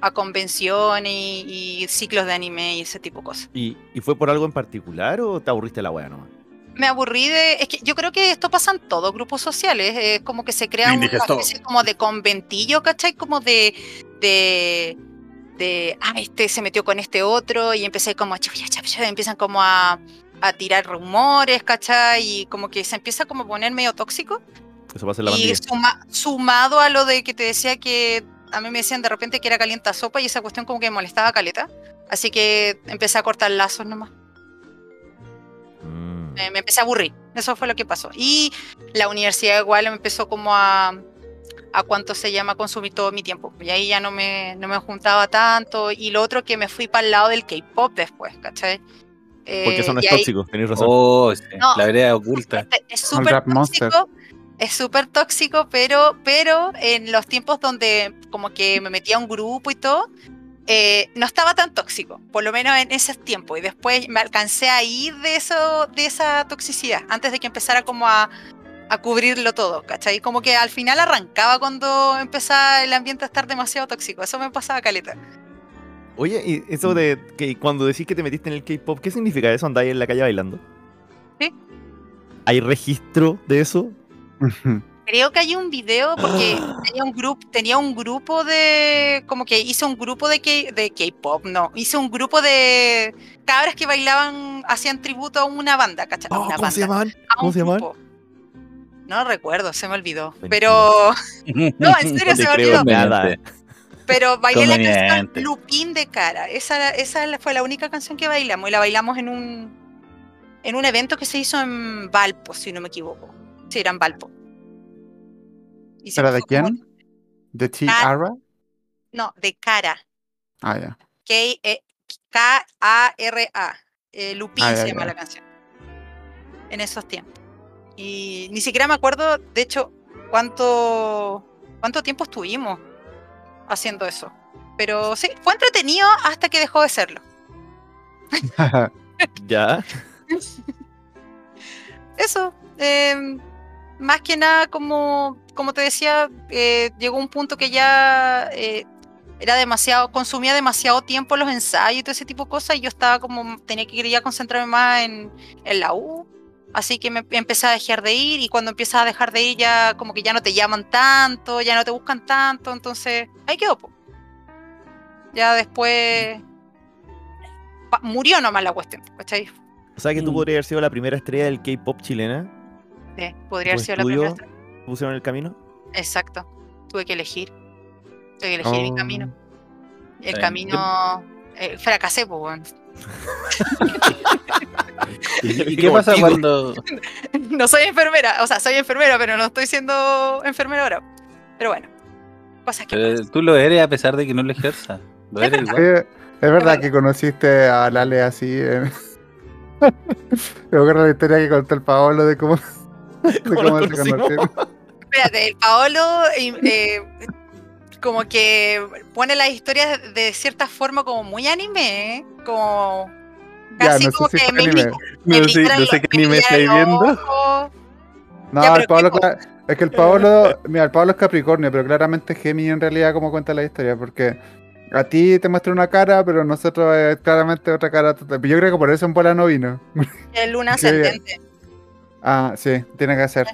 A: a convenciones y, y ciclos de anime y ese tipo de cosas.
B: ¿Y, ¿Y fue por algo en particular o te aburriste la wea nomás?
A: Me aburrí de... Es que yo creo que esto pasa en todos grupos sociales. Es como que se crea
D: Me
A: una
D: indigestó.
A: especie como de conventillo, ¿cachai? Como de... de de, ah, este se metió con este otro y empecé como a chapia, chapia, y empiezan como a, a tirar rumores, ¿cachai? Y como que se empieza como a poner medio tóxico.
B: Eso pasa en la
A: Y
B: pandilla.
A: suma- sumado a lo de que te decía que a mí me decían de repente que era calienta sopa y esa cuestión como que me molestaba caleta. Así que empecé a cortar lazos nomás.
B: Mm.
A: Me, me empecé a aburrir. Eso fue lo que pasó. Y la universidad igual me empezó como a a cuánto se llama consumir todo mi tiempo. Y ahí ya no me, no me juntaba tanto. Y lo otro que me fui para el lado del K-pop después, ¿cachai?
B: Porque eso
A: Eh,
B: no
A: y
B: es
A: ahí-
B: tóxico, tenéis razón.
D: Oh, sí,
A: No.
D: la vereda oculta.
A: Este Es
C: Con
A: súper
C: Rap Monster.
A: tóxico. Es súper tóxico, pero, pero en los tiempos donde como que me metía a un grupo y todo, eh, no estaba tan tóxico, por lo menos en esos tiempos. Y después me alcancé a ir de eso, de esa toxicidad, antes de que empezara como a, a cubrirlo todo, ¿cachai? Como que al final arrancaba cuando empezaba el ambiente a estar demasiado tóxico. Eso me pasaba caleta.
B: Oye, y
D: Mm.
B: eso de que cuando decís que te metiste en el K-pop, ¿qué significa eso? ¿Andáis en la calle bailando?
A: Sí.
B: ¿Hay registro de eso?
A: Creo que hay un video porque tenía un grupo, tenía un grupo de como que hice un grupo de K- de K-pop, no, hice un grupo de cabras que bailaban, hacían tributo a una banda, ¿cachai? A
B: Oh,
A: Ah, una
B: ¿Cómo se
A: banda,
B: llaman?
A: a
B: ¿Cómo
A: un
B: se llaman?
A: grupo. No recuerdo, se me olvidó.
B: Mentira.
A: Pero, No, en serio, se me olvidó.
B: Nada.
A: pero bailé la canción
D: Conveniente.
A: Lupín de cara. Esa, esa la- fue la única canción que bailamos y la bailamos en un en un evento que se hizo en Valpo, si no me equivoco. Sí, era en Valpo. Y se
C: ¿Pero de
A: puso como-
C: quién?
A: Ah.
C: ¿De T-Ara?
A: No, de cara.
C: Ah, ya.
A: K- eh, K-A-R-A. Eh, Lupín
C: Ah, ya,
A: se
C: ya.
A: llama la canción. En esos tiempos. Y ni siquiera me acuerdo, de hecho, cuánto, cuánto tiempo estuvimos haciendo eso. Pero sí, fue entretenido hasta que dejó de serlo.
B: Ya.
A: Eso. em, más que nada, como, como te decía, eh, llegó un punto que ya eh, era demasiado, consumía demasiado tiempo los ensayos y todo ese tipo de cosas, y yo estaba como, tenía que quería concentrarme más en, en la U. Así que me empecé a dejar de ir, y cuando empiezas a dejar de ir, ya como que ya no te llaman tanto, ya no te buscan tanto, entonces ahí quedó. po. Ya después pa- murió nomás la cuestión, ¿cachai?
B: O sea que tú
D: Mm.
B: podrías haber sido la primera estrella del K-pop chilena.
A: Sí, Eh, podría haber
B: ¿Tu
A: sido la primera.
B: estudio? ¿Te pusieron en el camino?
A: Exacto. Tuve que elegir. Tuve que elegir mi camino.
C: Oh.
A: El
D: Está bien.
A: camino. eh, fracasé, pues, weón.
D: ¿Y qué pasa
B: Contigo.
D: cuando.?
A: No soy enfermera. O sea, soy enfermera, pero no estoy siendo enfermera ahora. Pero bueno. Cosas que.
D: Pero Eh, tú lo eres a pesar de que no lo ejerzas. Lo eres
C: Sí, es
D: igual.
C: verdad
A: verdad.
C: que conociste a Lale así. eh. Me acuerdo la historia que contó el Paolo de cómo, de
B: ¿Cómo
C: cómo
B: nos
C: se
B: conocimos?
C: conocieron.
A: Espérate, el Paolo. eh, eh, como que pone las historias de cierta forma como muy anime, ¿eh? Como.
C: Ya,
A: Casi
C: no sé
A: como
C: si
A: que
C: fue
A: me
C: anime.
A: brillan- me brillaran los- me brillaran los ojos.
C: No,
A: Ya,
C: el
A: pero
C: Paolo,
A: ¿qué
C: cla- Es que el Pablo, mira, el Pablo es Capricornio, pero claramente es Gemini en realidad como cuenta la historia, porque a ti te muestra una cara, pero nosotros es claramente otra cara. total. Yo creo que por eso en bola no vino.
A: El luna
C: Qué
A: ascendente.
C: Ah, sí, tiene que ser.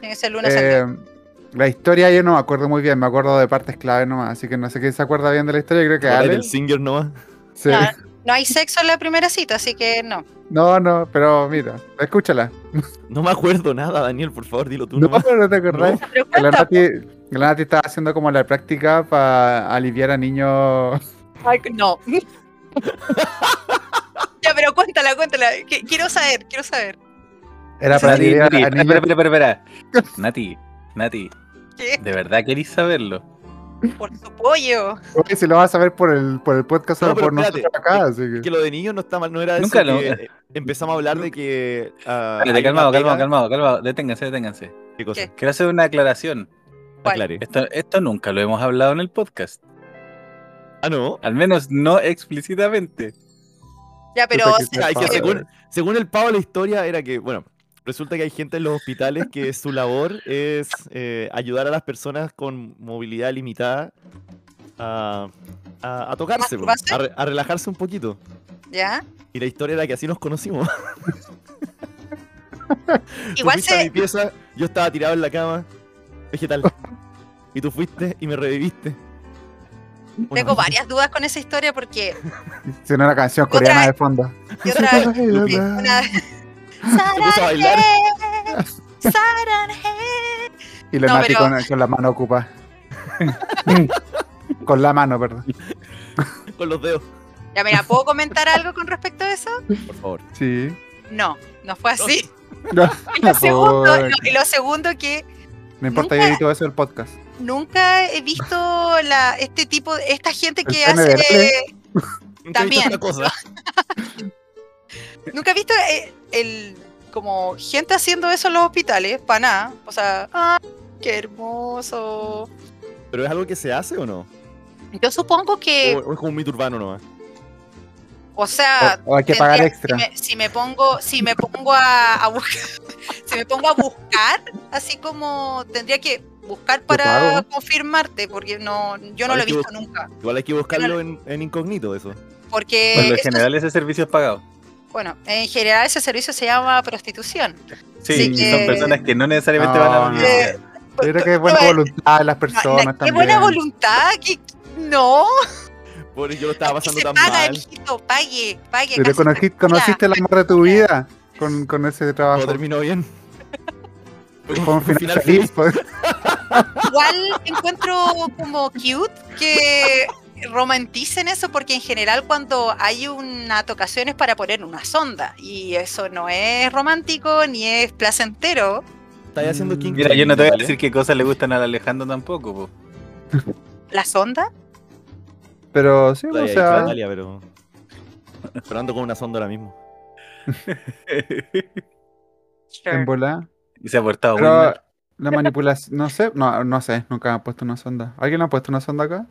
A: Tiene que ser luna ascendente.
C: Eh, la historia yo no me acuerdo muy bien, me acuerdo de partes clave nomás, así que no sé quién se acuerda bien de la historia, creo que
B: Por ahí
C: Ale.
B: del Singer nomás.
C: Sí.
A: No, no hay sexo en la primera cita, así que no.
C: No, no, pero mira, escúchala.
B: No me acuerdo nada, Daniel, por favor, dilo tú
C: No,
B: nomás.
C: pero no te acordás.
A: Pero
C: Que La
A: cuenta,
C: Nati, que la Nati estaba haciendo como la práctica para aliviar a niños.
A: Ay, no. ya, pero cuéntala, cuéntala. Qui- Quiero saber, quiero saber.
C: Era para
D: Nati,
C: aliviar
D: Nati,
C: a
D: espera,
C: niños.
D: espera, espera, espera. Nati, Nati,
A: ¿Qué?
D: ¿de verdad querís saberlo?
A: Por su pollo.
C: Oye, si lo vas a ver por el, por el podcast,
B: No,
C: no,
B: pero
C: por
B: espérate.
C: nosotros acá, así que.
B: Que lo de niños no está mal, no era
D: Nunca
B: eso.
D: lo-
B: que, eh, empezamos a hablar de que. ah,
D: Espérate,
B: hay una
D: calmado, calmado,
B: pega-
D: calmado, calmado. Deténganse, deténganse.
B: ¿Qué cosa?
A: ¿Qué?
D: Quiero hacer una aclaración.
A: ¿Cuál?
B: Aclare.
D: Esto, esto nunca lo hemos hablado en el podcast.
B: Ah, no.
D: Al menos no explícitamente.
A: Ya, pero.
C: Puta, que
A: se-
B: Hay que
A: se-
B: según, según el pavo, la historia era que, bueno, resulta que hay gente en los hospitales que su labor es eh, ayudar a las personas con movilidad limitada a, a- a tocarse, po,
A: ¿Masturbarse?
B: a, re- a relajarse un poquito.
A: ¿Ya?
B: Y la historia era que así nos conocimos. Tú
A: Igual
B: fuiste a mi
A: se.
B: pieza, yo estaba tirado en la cama, vegetal. Y tú fuiste y me reviviste.
A: Tengo
B: Bueno,
A: varias dudas con esa historia porque.
C: Si no, una canción
A: Otra
C: coreana
A: vez.
C: de fondo.
A: Y otra vez.
C: Ay,
A: sí,
C: papá.
A: una-
B: Se puso a bailar.
A: Saranhe.
C: Y la
A: No,
C: Nati
A: pero-
C: con, con la mano ocupada. con la mano, perdón.
B: Con los dedos,
A: Ya, mira, ¿puedo comentar algo con respecto a eso?
B: por favor.
C: Sí.
A: No, no fue así.
C: No,
A: Y lo segundo,
C: Por-
A: no, y lo segundo que
C: No importa, yo
A: Nunca-
C: edito eso el podcast.
A: nunca he visto la, este tipo, esta gente que
C: El
A: hace.
C: PNL.
B: Nunca he visto
A: También.
B: otra cosa.
A: Nunca he visto eh, el, como gente haciendo eso en los hospitales, para nada. O sea, ¡ah, qué hermoso!
B: ¿Pero es algo que se hace o no?
A: Yo supongo
B: O,
A: que,
B: o es como un mito urbano nomás.
A: o sea,
C: O, o hay que pagar
A: Ah, tendría- Si me,
C: extra.
A: si me pongo, si me pongo a, a buscar, si me pongo a buscar, así como tendría que buscar para
C: pago.
A: confirmarte, porque no, yo no
B: Hay
A: lo he
B: que
A: visto
B: bus-
A: nunca.
B: Igual hay que buscarlo en, en incognito, eso.
A: Porque
D: Por lo
A: eso es-
D: general ese servicio es pagado.
A: bueno, en general ese servicio se llama prostitución.
D: Sí,
A: Así
D: y
A: que-
D: son personas que no necesariamente
C: No,
D: van a
C: no.
D: publicidad.
A: eh,
C: Yo creo que es buena
A: No,
C: voluntad de las
A: no,
C: personas
A: Ah, la- qué
C: también.
A: buena voluntad, que no.
B: Pobre, yo lo estaba
A: Que
B: pasando
A: se
B: tan
A: paga,
B: mal.
A: hijito, pague, pague.
C: Pero
A: casi
C: conociste,
A: tranquila.
C: conociste el amor de tu vida con, con ese
B: Todo
C: trabajo.
B: terminó bien. Fue
C: Fue un final, feliz. pues.
A: Igual encuentro como cute que romanticen eso porque en general cuando hay una tocación es para poner una sonda y eso no es romántico ni es placentero.
B: Estáis haciendo King
D: Mira, yo no te voy a decir qué cosas le gustan al Alejandro tampoco. po.
A: ¿La sonda?
C: Pero sí, o
B: O
C: sea,
B: pero... pero ando con una sonda ahora mismo.
A: Sure.
C: en volá.
D: y se ha portado muy
C: Pero
D: mal.
C: la manipulación, no sé, no, no sé, nunca me han puesto una sonda. ¿Alguien ha puesto una sonda acá?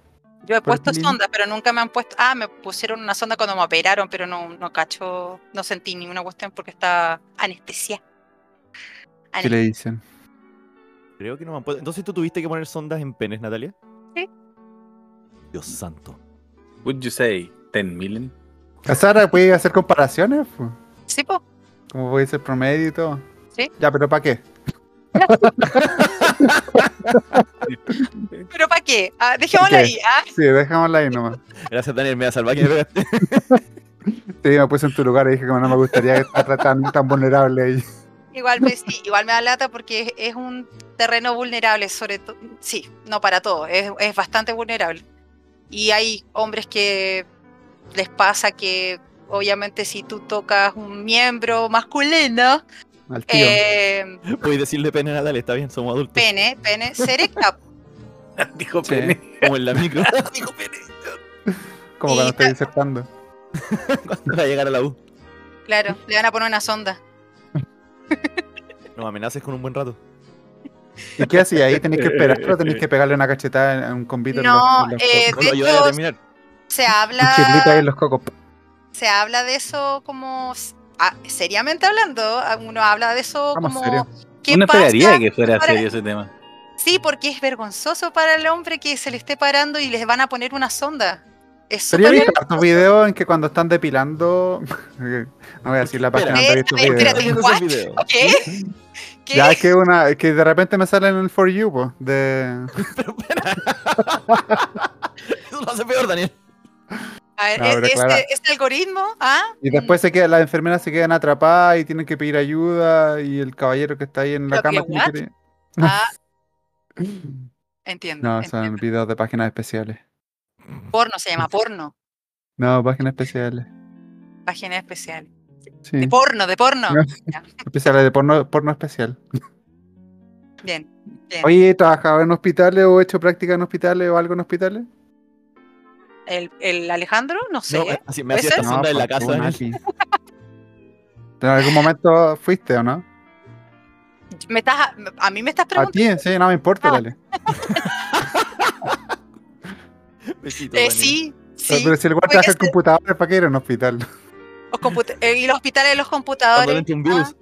A: Yo he
C: ¿Por
A: puesto
C: qué?
A: sonda, pero nunca me han puesto... Ah, me pusieron una sonda cuando me operaron, pero no, no cacho, no sentí ninguna cuestión porque estaba anestesia.
C: ¿Qué
A: Ane-
C: le dicen?
B: Creo que no me han puesto- Entonces tú tuviste que poner sondas en penes, Natalia.
A: Sí.
B: Dios santo.
D: Would you say 10 million?
C: O sea, ahora puede hacer comparaciones, pues,
A: Sí, po.
C: como puede ser promedio y todo.
A: Sí.
C: Ya, pero ¿para qué?
A: ¿Pero para qué? Ah, dejémosla
C: ¿Qué?
A: ahí. ah.
C: Sí, dejámosla ahí nomás.
B: Gracias, Daniel. Me voy a salvar que me pegaste.
C: Sí, me puse en tu lugar y dije que no me gustaría estar tan, tan vulnerable ahí.
A: Igual me, sí, igual me da lata porque es, es un terreno vulnerable, sobre todo. Sí, no para todo, es, es bastante vulnerable. Y hay hombres que les pasa que, obviamente, si tú tocas un miembro masculino,
C: Al tío.
A: eh,
B: Puedes decirle pene, Natalia. Está bien, somos adultos.
A: pene, pene, se erecta.
D: Dijo
C: Sí.
D: pene.
B: Como en la micro.
D: Dijo pene.
C: como
A: y
C: cuando estoy
A: ta-
C: disertando.
B: Para llegar a la U.
A: Claro, le van a poner una sonda.
B: No me amenaces con un buen rato.
C: ¿Y qué hacía ahí? ¿Tenéis que esperar o tenéis que pegarle una cachetada en, en un convito? en los-
A: No,
C: en los
A: eh,
B: No
A: de
B: lo ayudaré a
A: hecho,
B: terminar.
A: se
C: Un chirlito ahí
A: habla,
C: en los cocos.
A: se habla de eso como. s- ah, seriamente hablando, uno habla de eso
C: Vamos,
A: como.
C: serio.
A: ¿Qué
D: Uno
A: pasa?
D: esperaría que fuera
A: para-
D: serio ese tema.
A: Sí, porque es vergonzoso para el hombre que se le esté parando y les van a poner una sonda. Es
C: Pero yo he
A: súper
C: visto hartos videos en que cuando están depilando. no voy a decir la página
A: Espera,
C: donde he visto
A: espera,
C: videos.
A: espérate.
B: Esos
A: ¿what?
B: videos.
A: ¿Qué? ¿Qué?
C: Ya es que una, es que de repente me sale en el for you, po, de
B: Eso lo hace peor, Daniel.
A: A ver,
C: No, pero
A: ¿es-
C: Clara-
A: ese, ese algoritmo, ¿ah?
C: y después se queda, las enfermeras se quedan atrapadas y tienen que pedir ayuda y el caballero que está ahí en la
A: Pero
C: cama
A: que
C: tiene que
A: Ah, entiendo.
C: No, son
A: entiendo.
C: videos de páginas especiales.
A: Porno se llama porno.
C: No, páginas especiales.
A: Página especial.
C: Sí.
A: De porno, de porno.
C: No. Especiales de porno, porno especial.
A: Bien. bien.
C: Oye, ¿he trabajado en hospitales o he hecho práctica en hospitales o algo en hospitales?
A: El, el Alejandro, no sé.
B: No,
C: eh.
B: así me hacía
A: ¿Ese?
B: esta sonda en la
C: por
B: casa,
C: favor,
B: Daniel.
C: Nati. ¿En algún momento fuiste o no?
A: Me estás, a mí me estás
C: A
A: preguntando.
C: ti, sí, no me importa,
A: Ah,
C: dale.
B: Besito,
A: Eh,
B: Daniel.
A: sí, sí.
C: Pero si el guarda
A: Oye, este
C: hace el
A: ese-
C: computador, ¿para qué ir a un hospital?
A: Los comput- eh, y los hospitales de los
B: Cuando
A: computadores.
B: entra un virus.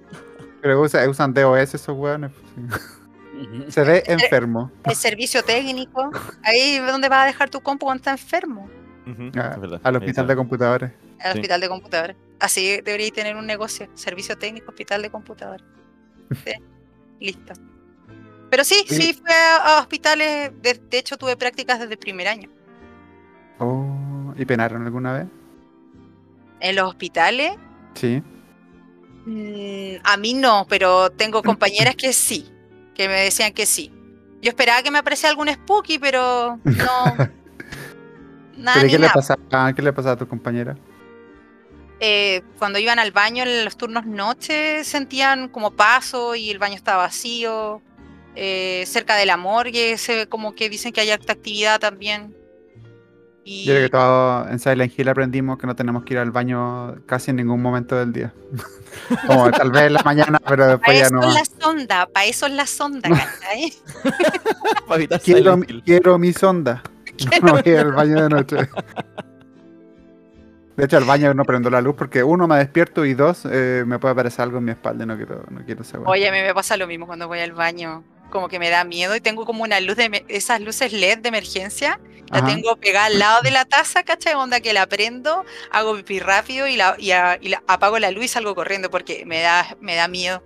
C: Pero usa- usan DOS esos hueones. pues, Se ve enfermo.
A: Ah, El servicio técnico. Ahí es donde vas a dejar tu compu cuando está enfermo.
B: Ujú,
C: Ah,
B: es verdad.
C: Al
B: Ahí está.
C: hospital de computadores.
A: Al
B: Sí.
A: hospital de computadores. Así deberíais tener un negocio. Servicio técnico, hospital de computadores. Sí, Listo. Pero sí,
C: Sí.
A: sí, fue a, a hospitales. De, de hecho, tuve prácticas desde el primer año.
C: Oh, ¿Y penaron alguna vez?
A: En los hospitales,
C: Sí.
A: mm, a mí no, pero tengo compañeras que sí, que me decían que sí. Yo esperaba que me apareciera algún spooky, pero no. Nada,
C: ¿Pero
A: ni
C: qué le,
A: nada.
C: pasaba, qué le pasaba a tu compañera?
A: eh, cuando iban al baño en los turnos noche sentían como paso y el baño estaba vacío. eh, cerca de la morgue, se, como que dicen que hay alta actividad también. Y
C: Yo creo que todos en Silent Hill aprendimos que no tenemos que ir al baño casi en ningún momento del día. Como tal vez en la mañana, pero
A: para
C: después ya
A: eso
C: no.
A: es la sonda, para eso es la sonda, ¿cachai?
B: Para evitar
C: Quiero,
B: Silent
C: mi-
B: Hill.
C: quiero mi sonda. No voy al baño de noche. De hecho, al baño no prendo la luz porque uno me despierto y dos eh, me puede aparecer algo en mi espalda. y No quiero, no quiero esa weá.
A: Oye, a mí me pasa lo mismo cuando voy al baño. Como que me da miedo y tengo como una luz de emer- esas luces LED de emergencia. La
C: Ajá.
A: tengo pegada al lado de la taza, ¿cachai? Onda que la prendo, hago pipí rápido y, la, y, a- y la- apago la luz y salgo corriendo porque me da, me da miedo.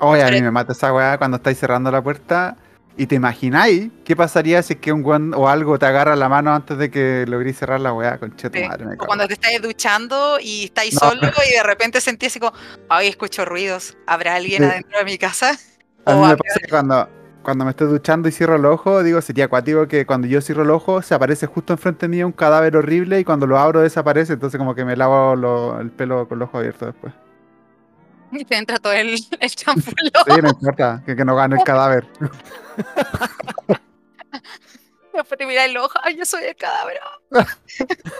C: Oye, a mí
A: Pero-
C: me mata esa weá cuando estáis cerrando la puerta y te imagináis qué pasaría si es que un guan o algo te agarra la mano antes de que logrís cerrar la weá. Conche tu
A: Sí,
C: madre, me
A: O
C: cago.
A: cuando te estáis duchando y estáis
C: No.
A: solo y de repente sentí así como, ay, escucho ruidos. ¿Habrá alguien
C: Sí.
A: adentro de mi casa?
C: A mí
A: o
C: me
A: habrá-
C: pasa que cuando, cuando me estoy duchando y cierro el ojo, digo, sería acuático que cuando yo cierro el ojo se aparece justo enfrente mío un cadáver horrible y cuando lo abro desaparece, entonces como que me lavo lo- el pelo con los ojos abiertos después.
A: Y te entra todo el, el champulón.
C: Sí, no importa, que, que no gane el cadáver.
A: Después te mira el ojo, ay, yo soy el cadáver.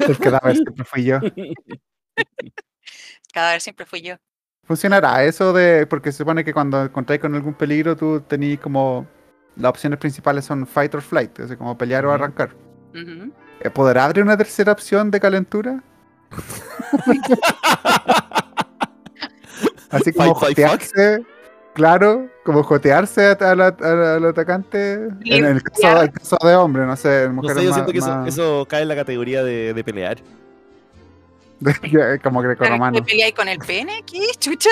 C: El cadáver siempre fui yo.
A: El cadáver siempre fui yo.
C: ¿Funcionará eso de.? Porque se supone que cuando encontráis con algún peligro, tú tenéis como. Las opciones principales son fight or flight, o sea, como pelear o
B: Ujú.
C: arrancar.
A: Ujú.
C: Eh, ¿Podrá abrir una tercera opción de calentura? Así como
B: Fight, fight, fuck.
C: jotearse, claro, como jotearse a- al, at- al- al atacante. En el caso,
A: Limpiar.
C: el caso de hombre, no sé, en
B: No
C: mujeres
B: sé, yo
C: más-
B: siento que eso,
C: más-
B: eso cae en la categoría de, de pelear.
C: de- como
A: Pero es que
C: grecorromano.
A: peleáis con el pene? ¿Qué? ¿Chucha?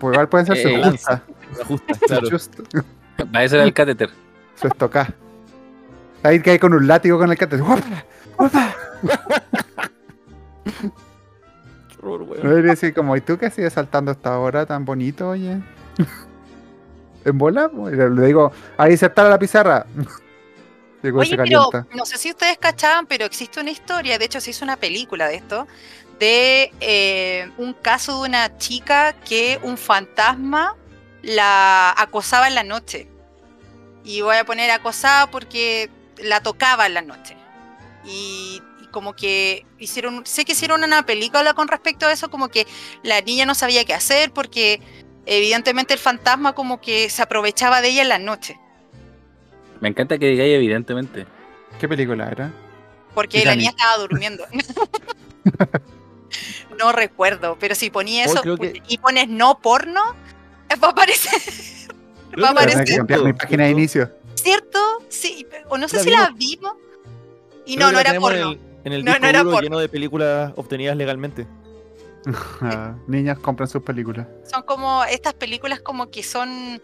C: Pues igual puede ser su
D: Eh,
C: justa,
B: La justa,
C: su
B: claro.
C: chust-
D: Para eso era el catéter.
C: su estocá. Ahí cae con un látigo con el cate. ¡Guapa! ¡Guapa!
B: Qué horror, weón.
C: No decir como, ¿y tú qué sigues saltando hasta ahora tan bonito, oye? ¿En bola? po? Y Le le digo, ahí se está la pizarra. Digo,
A: Oye,
C: se
A: pero
C: calienta.
A: no sé si ustedes cachaban, pero existe una historia, de hecho se hizo una película de esto, de eh, un caso de una chica que un fantasma la acosaba en la noche. Y voy a poner acosada porque la tocaba en la noche. Y, y como que hicieron, sé que hicieron una película con respecto a eso, como que la niña no sabía qué hacer porque evidentemente el fantasma como que se aprovechaba de ella en la noche.
D: Me encanta que digáis, evidentemente.
C: ¿Qué película era?
A: Porque la niña estaba durmiendo. no recuerdo, pero si ponía
B: Hoy
A: eso pues,
B: creo que-
A: eh, y pones no porno, va a aparecer. Va a
D: Claro,
C: Voy a tener que
A: aparecer.
C: cambiar mi
B: Justo,
C: página de
B: justo.
C: inicio.
A: ¿Cierto? Sí, o no sé
B: La
A: si la vimos. Y no, no era porno.
B: En el, en el
A: No,
B: disco
A: no era
B: duro
A: porno.
B: lleno de películas obtenidas legalmente.
C: Ah, niñas compran sus películas.
A: Son como estas películas como que son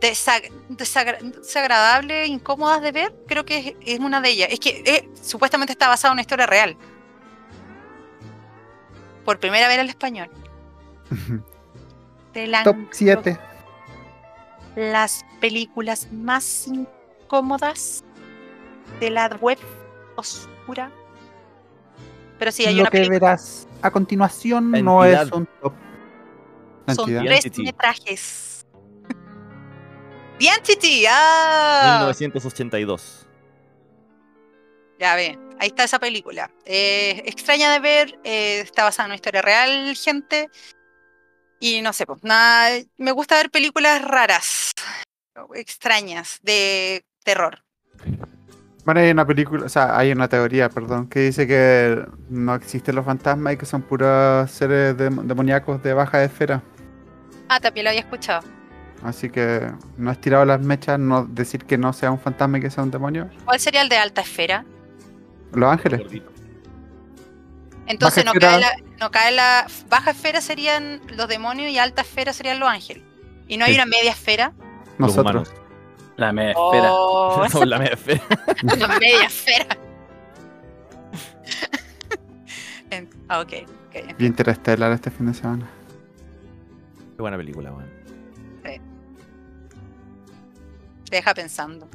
A: desag- desagra- desagradables, incómodas de ver. Creo que es, es una de ellas. Es que eh, supuestamente está basada en una historia real. Por primera vez al español. Te la-
C: Top 7.
A: Las películas más incómodas de la web oscura. Pero sí, hay
C: Lo
A: una
C: que
A: película.
C: verás a continuación
B: La
C: no es
B: entidad.
C: un top.
A: Son
C: Entidad.
A: tres
B: Identity.
A: metrajes. The Entity, ah.
B: 1982.
A: Ya ve, ahí está esa película. Eh, extraña de ver, eh, está basada en una historia real, gente. Y no sé, pues nada, me gusta ver películas raras, extrañas, de terror.
C: Bueno, hay una película, o sea, hay una teoría, perdón, que dice que no existen los fantasmas y que son puros seres dem- demoníacos de baja esfera.
A: Ah, también lo había escuchado.
C: Así que no has tirado las mechas, no decir que no sea un fantasma y que sea un demonio.
A: ¿Cuál sería el de alta esfera?
C: Los ángeles.
A: Entonces no
C: esfera.
A: cae, la, no cae la... Baja esfera serían los demonios y alta esfera serían los ángeles. ¿Y no hay
C: Sí.
A: una media esfera?
B: Los
C: Nosotros.
B: humanos.
D: La media esfera.
A: Oh,
B: Son la media esfera.
A: Una media esfera. En- ah, ok, ok.
C: Vi Interestelar este fin de semana.
B: Qué buena película, weón.
A: Te deja pensando.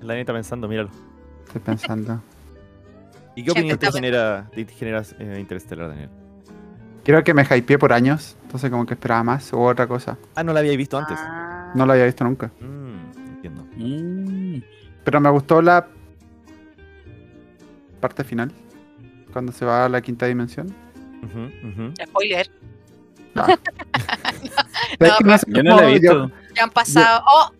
B: La neta pensando, míralo.
C: Estoy pensando.
B: ¿Y qué
A: Sí,
B: opinión te
A: está bueno.
B: genera, te genera eh, Interstellar, Daniel?
C: Creo que me hypeé por años, entonces como que esperaba más o otra cosa.
B: Ah, no la habíais visto antes.
A: Ah,
C: No lo había visto nunca.
B: Mm, entiendo.
D: Mm.
C: Pero me gustó la parte final, cuando se va a la quinta dimensión.
B: Ujú, ujú.
A: Spoiler.
C: ¿Sabes que
A: pero-
C: sé
D: Yo no
C: cómo
D: la
C: yo-
D: he visto.
A: Ya han pasado. Oh,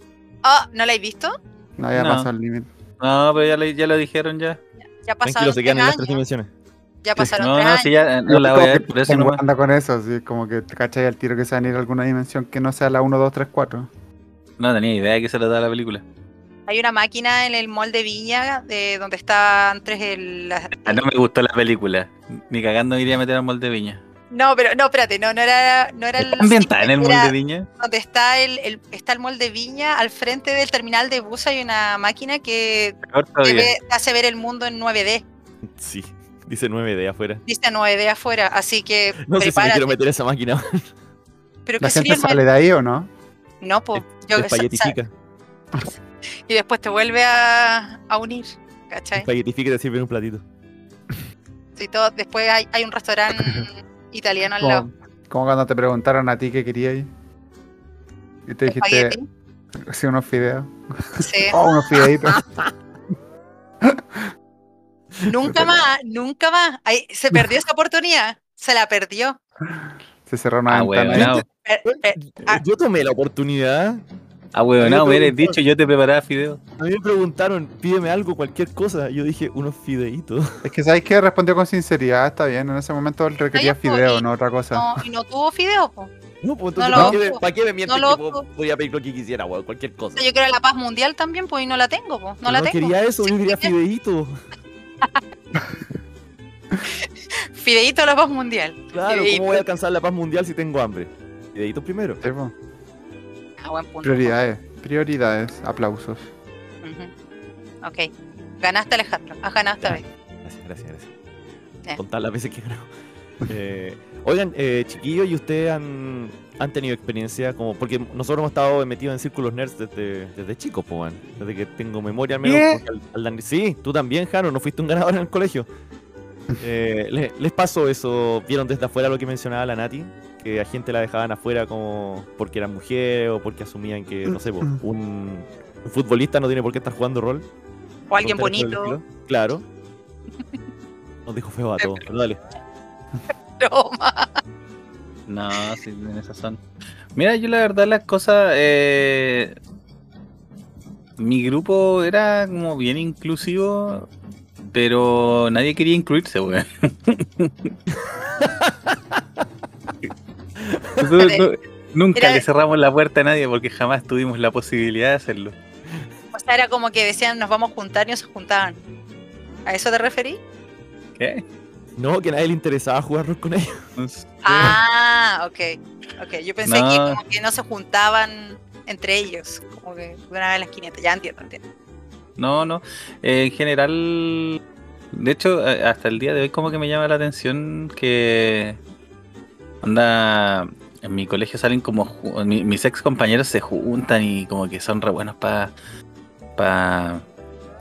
A: oh, ¿no la he visto?
C: No había
D: No.
C: pasado el límite.
D: No, pero ya, le- ya lo dijeron ya.
A: Ya
B: Tranquilo,
A: pasaron
B: se
A: tres
B: quedan en las tres
A: años.
B: dimensiones.
A: Ya pasaron
D: No,
A: tres
D: no,
A: años.
D: si ya eh, no
C: Yo
D: la
C: como
D: voy a
C: que
D: ver, por eso
C: tengo-
D: nomás.
C: anda con eso, así como que te cachai al tiro que se van a ir a alguna dimensión que no sea la 1, 2, 3, 4.
D: No tenía idea de que se le da la película.
A: Hay una máquina en el mall de Viña de donde estaba antes el. la-
D: Ah, no me gustó la película. Ni cagando me iría a meter al molde viña.
A: No, pero no, espérate, no, no era, no era el.
D: ¿Está ambientada en el
A: era
D: molde viña?
A: Donde está el, el- está el mall de Viña, al frente del terminal de bus hay una máquina que
C: Ah,
D: Peor
A: te,
D: todavía.
A: ve- te hace ver el mundo en 9D.
B: Sí, dice 9D afuera.
A: Dice 9D afuera, así que
B: No sé si me
A: prepárate.
B: quiero meter a esa máquina.
A: Pero
C: ¿La
A: que
C: gente
A: sería
C: sale de ahí o no?
A: No, pues. Yo que sa- sa-
B: Espaguetifica.
A: y después te vuelve a, a unir, ¿cachai?
B: Espaguetifica y te sirven un platito.
A: Si todo, después hay, hay un restaurante italiano al lado.
C: Como, como cuando te preguntaron a ti qué querías ir. Y te dijiste,
A: Espagueti,
C: sí, unos fideos.
A: sí.
C: Oh, unos fideitos.
A: Nunca más, nunca más. Ahí, se perdió esa oportunidad. Se la perdió.
C: Se cerró una
D: Ah,
C: ventana.
D: huevonao.
A: Per- per- Ah.
B: Yo tomé la oportunidad.
D: Ah, huevonao, me hubieras
B: pregunté.
D: dicho, yo te preparaba fideo.
B: A mí me preguntaron, pídeme algo, cualquier cosa. Yo dije, unos fideitos.
C: Es que sabéis que respondió con sinceridad, está bien. En ese momento él requería
A: Oye, po,
C: fideo,
A: y-
C: no otra cosa.
A: no, y no tuvo fideo, po. O
B: No, pues entonces,
A: No
C: lo
B: ¿para, qué,
A: hago.
B: me- ¿para qué me mientes
A: No lo
B: que po-
A: hago.
B: podía pedir lo que quisiera, weón? Cualquier cosa.
A: sea, yo quiero la paz mundial también, pues, y no la tengo, po. No
B: Pero
A: la tengo.
B: quería eso, yo quería fideíto.
A: Fideíto a la paz mundial.
B: Claro,
A: Fideíto.
B: ¿cómo voy a alcanzar la paz mundial si tengo hambre? Fideitos primero.
C: Sí, po.
A: Ah, buen punto.
C: Prioridades, prioridades, aplausos.
A: Ujú. Ok. Ganaste, Alejandro. Has ganado esta
B: Ya.
A: vez.
B: Gracias, gracias, gracias.
A: Ya.
B: Contar las veces que grabo. Eh, oigan, eh, chiquillos, ¿y ustedes han, han tenido experiencia? como Porque nosotros hemos estado metidos en círculos nerds desde, desde chicos, po, weón. Desde que tengo memoria al menos.
C: ¿Qué?
B: porque al- al Dani- sí, tú también, Jano, no fuiste un ganador en el colegio. Eh, le- ¿Les pasó eso? ¿Vieron desde afuera lo que mencionaba la Nati? Que a gente la dejaban afuera como porque era mujer o porque asumían que, no sé, po, un, un futbolista no tiene por qué estar jugando rol.
A: O alguien
B: Comentarios por el
A: bonito.
B: estilo. Claro. Nos dijo feo a todos, pero dale.
A: Broma.
D: No, sí, en esa zona. Mira, yo la verdad las cosas... eh, mi grupo era como bien inclusivo, pero nadie quería incluirse, weón. Eso no- Nunca
A: Era-
D: le cerramos la puerta a nadie porque jamás tuvimos la posibilidad de hacerlo.
A: O sea, era como que decían, nos vamos a juntar y no se juntaban. ¿A eso te referí?
D: ¿Qué?
B: No, que a nadie le interesaba jugar con ellos.
D: Entonces,
A: Ah, ok. Ok, yo pensé que
D: No.
A: como que no se juntaban entre ellos, como que de una vez en la esquineta. Ya entiendo, entiendo.
D: No, no. Eh, en general, de hecho, a- hasta el día de hoy como que me llama la atención que anda en mi colegio salen como ju- mi- mis ex compañeros se juntan y como que son re buenos para pa,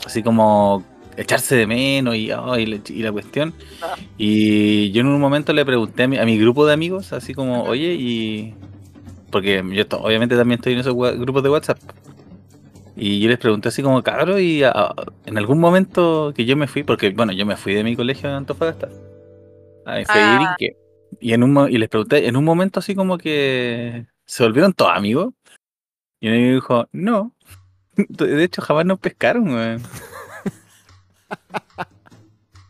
D: así como echarse de menos y, oh, y la, y la cuestión. Y yo en un momento le pregunté a mi, a mi grupo de amigos así como, "Oye, y porque yo to- obviamente también estoy en esos wa- grupos de WhatsApp." Y yo les pregunté así como, cabro, y ah, en algún momento que yo me fui, porque bueno, yo me fui de mi colegio de Antofagasta. Ahí fui a
A: Ah.
D: Irinque. Y, en un, mo- y les pregunté, en un momento así como que se volvieron todos amigos. Y uno dijo, no. De hecho, jamás nos pescaron, weón.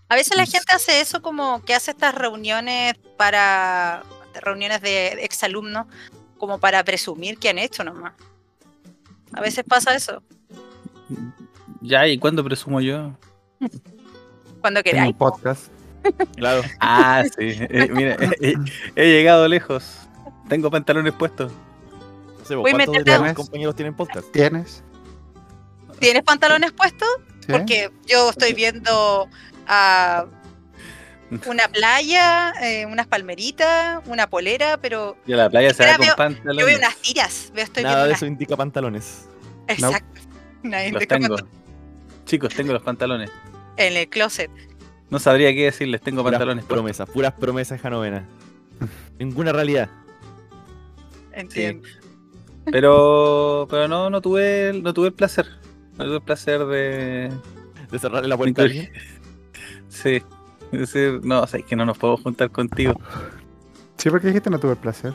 A: A veces la
D: Sí.
A: gente hace eso como que hace estas reuniones para reuniones de exalumnos como para presumir que han hecho nomás. A veces pasa eso,
D: Ya, ¿y cuándo presumo yo?
A: cuando
C: Tengo
A: queráis.
C: un podcast.
B: Claro.
D: Ah, sí. Eh, mira, he, he llegado lejos. Tengo pantalones puestos.
B: No sé,
A: Voy a
B: ¿cuántos
A: meter
B: de
C: la-
B: tus compañeros tienen podcast?
C: ¿Tienes?
A: ¿Tienes pantalones puestos?
C: ¿Sí?
A: Porque yo estoy viendo a una playa, eh, unas palmeritas, una polera, pero
D: Y a la playa se
A: Espera,
D: va con
A: veo-
D: pantalones.
A: yo veo unas tiras. Veo, estoy
B: Nada de
A: viendo
B: eso indica pantalones.
A: unas-
C: No.
A: Exacto. Nadie
D: Los
A: te
D: tengo.
A: comentó.
D: Chicos, tengo los pantalones.
A: En el closet.
D: No sabría qué decirles, tengo
B: Puras
D: pantalones. pues. puestos.
B: promesas, puras promesas janovena. Ninguna realidad.
A: Entiendo.
D: Pero, pero no, no tuve, el- no tuve el placer. No tuve el placer de.
B: De cerrarle la puerta a alguien.
D: Sí. Es decir, no, o sea, es que no nos podemos juntar contigo.
C: Sí, porque dijiste no tuve el placer.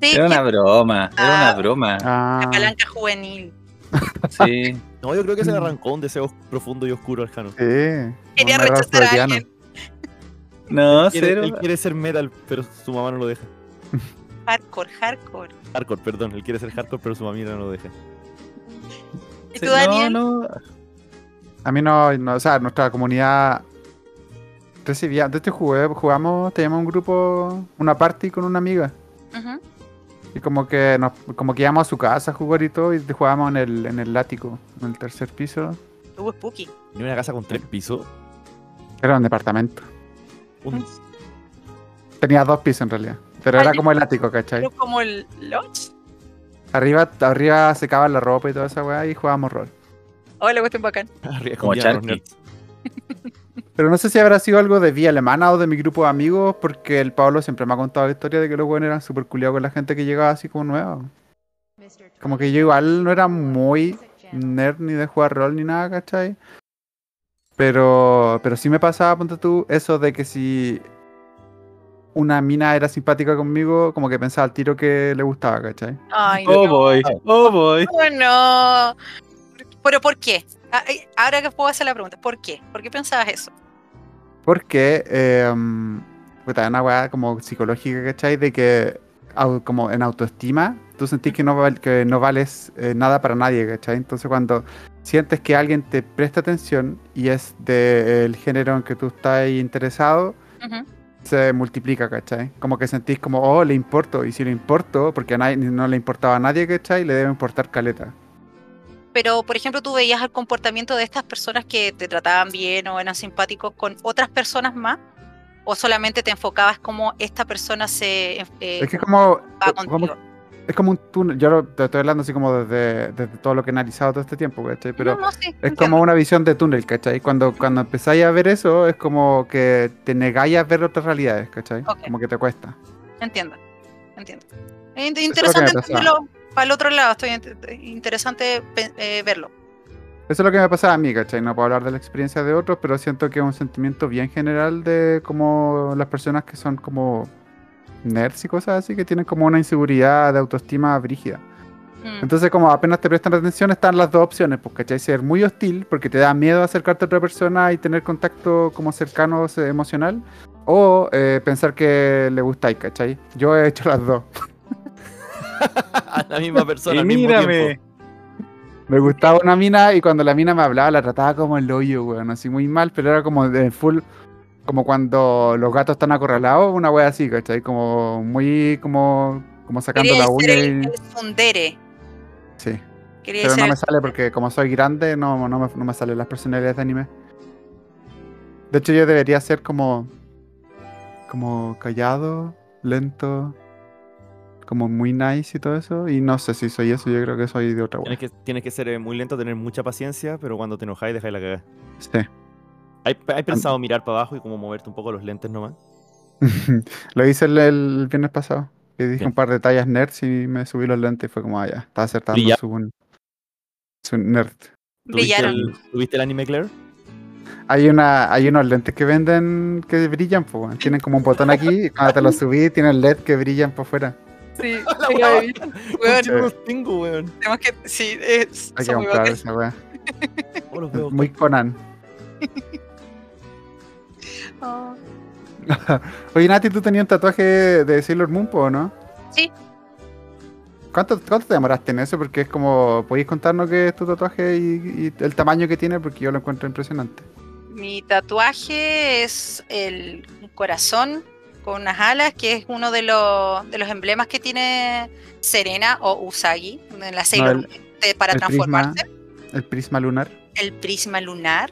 A: Sí,
D: Era una
A: yo-
D: broma, era
A: Ah.
D: una broma.
C: Ah,
A: la palanca juvenil.
D: Sí.
B: No, yo creo que se
D: Mm.
B: le arrancó un deseo profundo y oscuro al Jano.
C: sí.
A: Quería
C: Un error
A: rechazar a
C: freudiano.
A: alguien.
D: No,
B: Quiere-
D: cero.
B: él quiere ser metal, pero su mamá no lo deja.
A: Hardcore, hardcore.
B: Hardcore, perdón. Él quiere ser hardcore, pero su mamá no lo deja.
A: ¿Y
D: Sí,
A: tú, Daniel?
D: No, no.
C: A mí no, no, o sea, nuestra comunidad recibía. De hecho, jugué, jugamos, teníamos un grupo, una party con una amiga.
A: Ujú.
C: Y como que nos, como que íbamos a su casa a jugar y todo, y jugábamos en el, en el látigo, en el tercer piso.
A: Hubo spooky.
B: Tiene una casa con tres pisos.
C: Era un departamento.
B: Un-
A: Mm.
C: Tenía dos pisos en realidad. Pero
A: Ay,
C: era
A: Dios.
C: como el látigo, ¿cachai?
A: Pero como el Lodge.
C: Arriba, arriba secaban la ropa y toda esa weá y jugábamos rol.
A: Oh, le gusta un bacán.
B: arriba
D: Como
B: escondían a los
D: Sharky.
B: nerds.
C: Pero no sé si habrá sido algo de vía alemana o de mi grupo de amigos, porque el Pablo siempre me ha contado la historia de que los buenos eran súper culiados con la gente que llegaba así como nueva. Como que yo igual no era muy nerd ni de jugar rol ni nada, ¿cachai? Pero, pero sí me pasaba, ponte tú, eso de que si una mina era simpática conmigo, como que pensaba al tiro que le gustaba, ¿cachai?
A: Ay,
D: Oh
A: no.
D: boy, oh boy.
A: Oh, no. Pero ¿por qué? Ah, eh, Ahora que puedo hacer la pregunta, ¿por qué? ¿Por qué pensabas eso?
C: Porque, eh, mm, puta, es una weá como psicológica, ¿cachai? De que, au- como en autoestima, tú sentís que no, val- que no vales eh, nada para nadie, ¿cachai? Entonces, cuando sientes que alguien te presta atención y es del género en que tú estás interesado,
A: Ujú.
C: se multiplica, ¿cachai? Como que sentís como, oh, le importo, y si le importo, porque a nadie, no le importaba a nadie, ¿cachai? Le debe importar caleta.
A: Pero, por ejemplo, tú veías el comportamiento de estas personas que te trataban bien o eran simpáticos con otras personas más, o solamente te enfocabas como esta persona se eh,
C: Es que como,
A: va
C: como-
A: contigo.
C: es como un túnel, yo lo- te estoy hablando así como desde, desde todo lo que he analizado todo este tiempo, ¿cachai? Pero
A: No, no, sí,
C: es
A: entiendo.
C: como una visión de túnel, ¿cachai? Cuando, cuando empezáis a ver eso, es como que te negáis a ver otras realidades, ¿cachai?
A: Ok.
C: Como que te cuesta.
A: Entiendo, entiendo. Es in-
C: pasaba.
A: interesante entenderlo para el otro lado, estoy int- interesante pe- eh, verlo.
C: Eso es lo que me pasaba a mí, ¿cachai? No puedo hablar de la experiencia de otros, pero siento que es un sentimiento bien general de como las personas que son como nerds y cosas así, que tienen como una inseguridad de autoestima brígida.
A: Mm. Mm.
C: Entonces, como apenas te prestan atención, están las dos opciones, pues, ¿cachai? Ser muy hostil, porque te da miedo acercarte a otra persona y tener contacto como cercano eh, emocional, o eh, pensar que le gustáis, ¿cachai? Yo he hecho las dos.
B: A la misma persona.
D: Y
B: al mismo
D: mírame.
B: tiempo.
C: Me gustaba una mina y cuando la mina me hablaba la trataba como el hoyo, weón, así muy mal, pero era como de full, como cuando los gatos están acorralados, una wea así, ¿cachai? Como muy, como, como sacando
A: Quería
C: la
A: ser
C: uña
A: el,
C: y...
A: el fundere.
C: Sí,
A: Quería
C: pero
A: ser
C: no me
A: el-
C: sale porque como soy grande no, no, me, no me salen las personalidades de anime. De hecho yo debería ser como, como callado, lento, como muy nice y todo eso, y no sé si soy eso, yo creo que soy de otra wea.
B: Tienes que, tienes que ser eh, muy lento, tener mucha paciencia, pero cuando te enojáis, dejáis la cagada.
C: Sí.
B: ¿Hay, hay pensado mirar para abajo y como moverte un poco los lentes nomás?
C: Lo hice el, el viernes pasado. Y dije
B: Bien.
C: un par de tallas nerds y me subí los lentes y fue como, ah, ya, estaba acertando
B: Brilla-
C: su, su nerd.
B: ¿Tuviste
A: Brillaron.
B: el, ¿Tuviste el anime, Claire?
C: Hay, una, hay unos lentes que venden que brillan, pues, weón. tienen como un botón aquí y cuando te los subí tienen LED que brillan por fuera.
A: Sí,
B: La
A: sí,
B: hueá.
A: lo he visto. Weón,
C: Concha.
B: los tengo, weón.
A: tenemos que. Sí, es,
C: Hay que
A: son muy
C: comprar
A: bacanes.
C: esa weá.
B: Oh, los veo.
C: Muy Conan.
A: Oh.
C: Oye, Nati, ¿tú tenías un tatuaje de Sailor Moon, po, o no?
A: Sí.
C: ¿Cuánto, ¿Cuánto te demoraste en eso? Porque es como, ¿podéis contarnos qué es tu tatuaje y, y el tamaño que tiene? Porque yo lo encuentro impresionante.
A: Mi tatuaje es el corazón con unas alas, que es uno de los, de los emblemas que tiene Serena o Usagi, en la Sailor Moon,
C: el-
A: de- para
C: el prisma.
A: transformarse.
C: El prisma lunar.
A: el prisma lunar.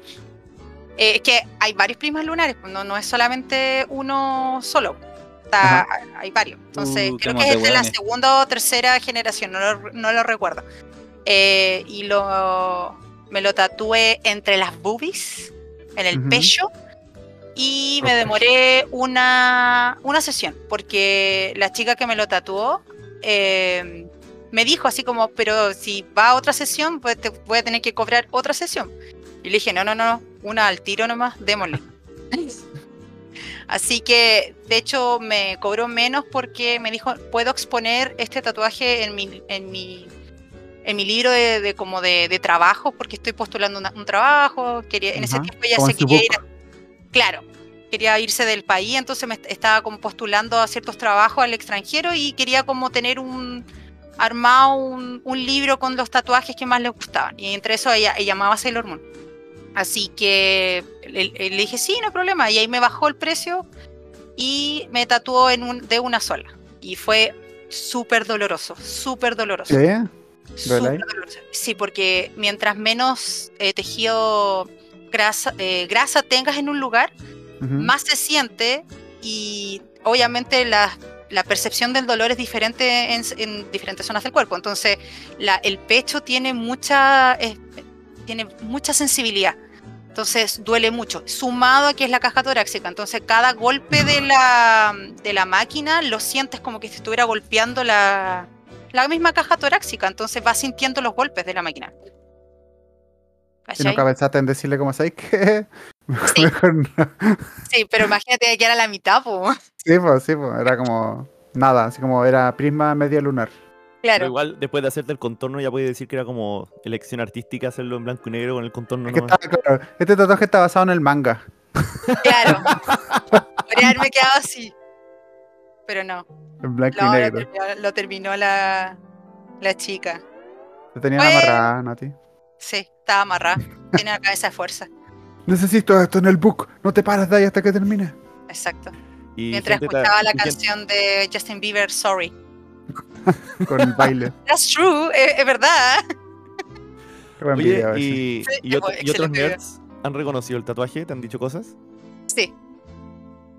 A: Eh, es que hay varios prismas lunares, pues, no, no es solamente uno solo. Está- hay varios. Entonces,
D: Uh,
A: creo
D: qué
A: que es
D: monte,
A: de la
D: weones.
A: segunda o tercera generación, no lo, no lo recuerdo. Eh, y lo me lo tatué entre las boobies, en el
C: Ujú.
A: pecho. Y me
C: Ok.
A: demoré una, una sesión, porque la chica que me lo tatuó eh, me dijo así como, pero si va a otra sesión, pues te voy a tener que cobrar otra sesión. Y le dije, no, no, no, una al tiro nomás, démosle. Así que, de hecho, me cobró menos porque me dijo, puedo exponer este tatuaje en mi, en mi, en mi libro de, de como de, de trabajo, porque estoy postulando una- un trabajo, quería, en ese
C: Ajá,
A: tiempo ya
C: como
A: se
C: en su
A: quería
C: book.
A: ir, a- claro, quería irse del país, entonces me est- estaba como postulando a ciertos trabajos al extranjero y quería como tener un armado un, un libro con los tatuajes que más le gustaban. Y entre eso ella, ella amaba Sailor Moon. Así que le, le dije, sí, no hay problema. Y ahí me bajó el precio y me tatuó en un, de una sola. Y fue súper doloroso, súper doloroso.
C: ¿Sí?
A: súper
C: ¿Verdad?
A: doloroso. Sí, porque mientras menos eh, tejido grasa, eh, grasa tengas en un lugar,
C: Ujú.
A: más se siente y obviamente la, la percepción del dolor es diferente en, en diferentes zonas del cuerpo. Entonces, la- el pecho tiene mucha, es- tiene mucha sensibilidad. Entonces duele mucho, sumado a que es la caja torácica. Entonces cada golpe de la, de la máquina lo sientes como que te estuviera golpeando la, la misma caja torácica. Entonces vas sintiendo los golpes de la máquina.
C: Y no
A: ¿Cachai?
C: cabezaste en decirle como, ¿sabes qué?
A: Sí.
C: Mejor no.
A: Sí, pero imagínate que era la mitad, po.
C: Sí, pues, sí, pues, era como nada, así como era prisma medio lunar.
B: Pero
A: Claro.
B: igual, después de hacerte el contorno, ya podía decir que era como elección artística hacerlo en blanco y negro con el contorno
C: Es que
B: nomás.
C: está, claro, este tatuaje está basado en el manga.
A: Claro. Podría haberme quedado así. Pero no.
C: En blanco
A: No,
C: y
A: lo
C: negro.
A: terminó, lo terminó la, la chica.
C: Te tenían
A: Oye.
C: amarrada, Nati.
A: Sí, estaba amarrada. Tiene la cabeza de fuerza.
C: Necesito esto en el book. No te paras de ahí hasta que termine.
A: Exacto.
B: Y
A: Mientras
B: gente ta-
A: escuchaba la
B: y gente-
A: canción de Justin Bieber, Sorry.
C: Con el baile.
A: That's true, es, es verdad.
C: Qué buen
B: Oye,
C: video ese.
B: y,
A: Sí,
B: y otro-
A: fue
B: y otros
A: excelente video.
B: nerds han reconocido el tatuaje, te han dicho cosas.
A: Sí.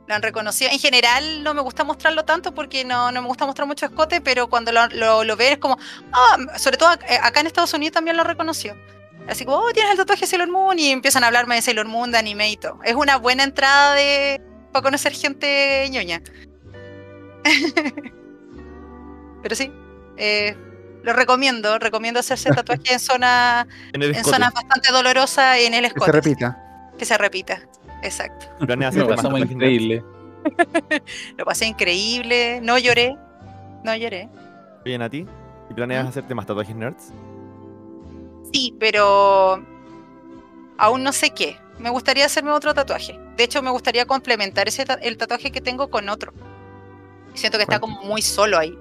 A: Lo han reconocido. En general no me gusta mostrarlo tanto porque no, no me gusta mostrar mucho escote, pero cuando lo, lo, lo ven es como, ah, sobre todo ac- eh, acá en Estados Unidos también lo reconoció. Así como, oh, tienes el tatuaje de Sailor Moon y empiezan a hablarme de Sailor Moon, de anime y todo. Es una buena entrada de para conocer gente ñoña. pero sí, eh, lo recomiendo, recomiendo hacerse tatuaje en zona,
B: En el
A: en
B: escote.
A: zonas bastante dolorosas y en el
C: Que se
A: escote.
C: repita.
A: que se repita. Exacto.
B: Planeas
D: Lo
B: hacerte más
D: pasamos
B: tatuajes nerds.
D: increíble.
A: Lo pasé increíble, no lloré, no lloré.
B: Oye, Nati, ¿y planeas
A: ¿Mm?
B: hacerte más tatuajes nerds?
A: Sí, pero aún no sé qué. Me gustaría hacerme otro tatuaje. De hecho, me gustaría complementar ese ta- el tatuaje que tengo con otro. Siento que está
C: Cuenta.
A: como muy solo ahí.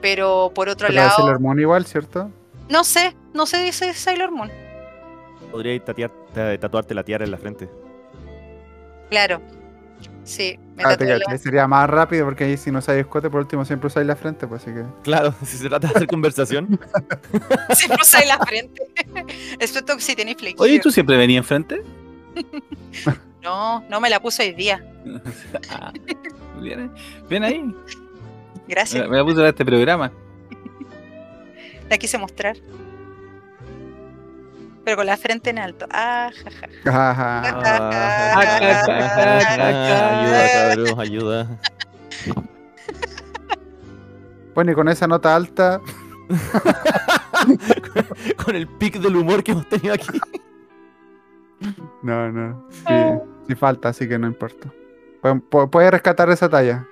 A: Pero por otro
C: Pero de
A: lado,
C: Sailor Moon igual, ¿cierto?
A: no sé, no sé dice Sailor Moon.
B: Podrías tatear- ta- tatuarte la tiara en la frente.
A: Claro. Sí, me
C: Ah,
A: tatué
C: te,
A: la-
C: te sería más rápido porque ahí si no usáis escote, por último siempre usáis la frente, pues así que.
B: Claro, si se trata de hacer conversación.
A: sí, me usé la frente. Excepto que si tenéis flequillo.
D: Oye, ¿tú siempre venías enfrente?
A: No, no me la puse hoy día.
D: Ah, bien, bien ahí.
A: Gracias.
D: Me, me la puse para este programa.
A: La quise mostrar. Pero con la frente en alto. Ah, jaja.
C: Ajá.
B: ayuda, cabrón, ayuda.
C: Bueno, y con esa nota alta,
B: Con el pic del humor que hemos tenido aquí.
C: no, no. Sí,
A: Eh.
C: sí falta, así que no importa. Pueden- pu- Puedes rescatar esa talla.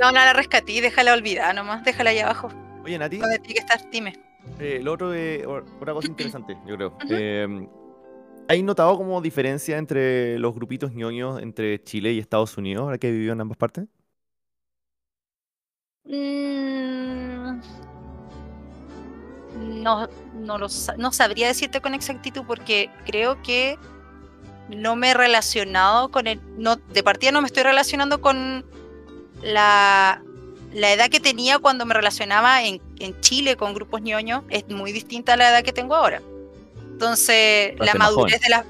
A: No, no la rescatí, déjala olvidada nomás, déjala ahí abajo.
B: Oye, Nati,
A: Donde tiene que estar, dime.
B: eh, lo otro de, or- otra cosa interesante, yo creo.
A: Ujú.
B: Eh, ¿Hay notado como diferencia entre los grupitos ñoños entre Chile y Estados Unidos, ahora que he vivido en ambas partes?
A: Mm, No, no, lo sa- no sabría decirte con exactitud porque creo que no me he relacionado con el. No, de partida no me estoy relacionando con la, la edad que tenía cuando me relacionaba en, en Chile con grupos ñoños. Es muy distinta a la edad que tengo ahora. Entonces,
B: Estás
A: la
B: más joven.
A: madurez de la.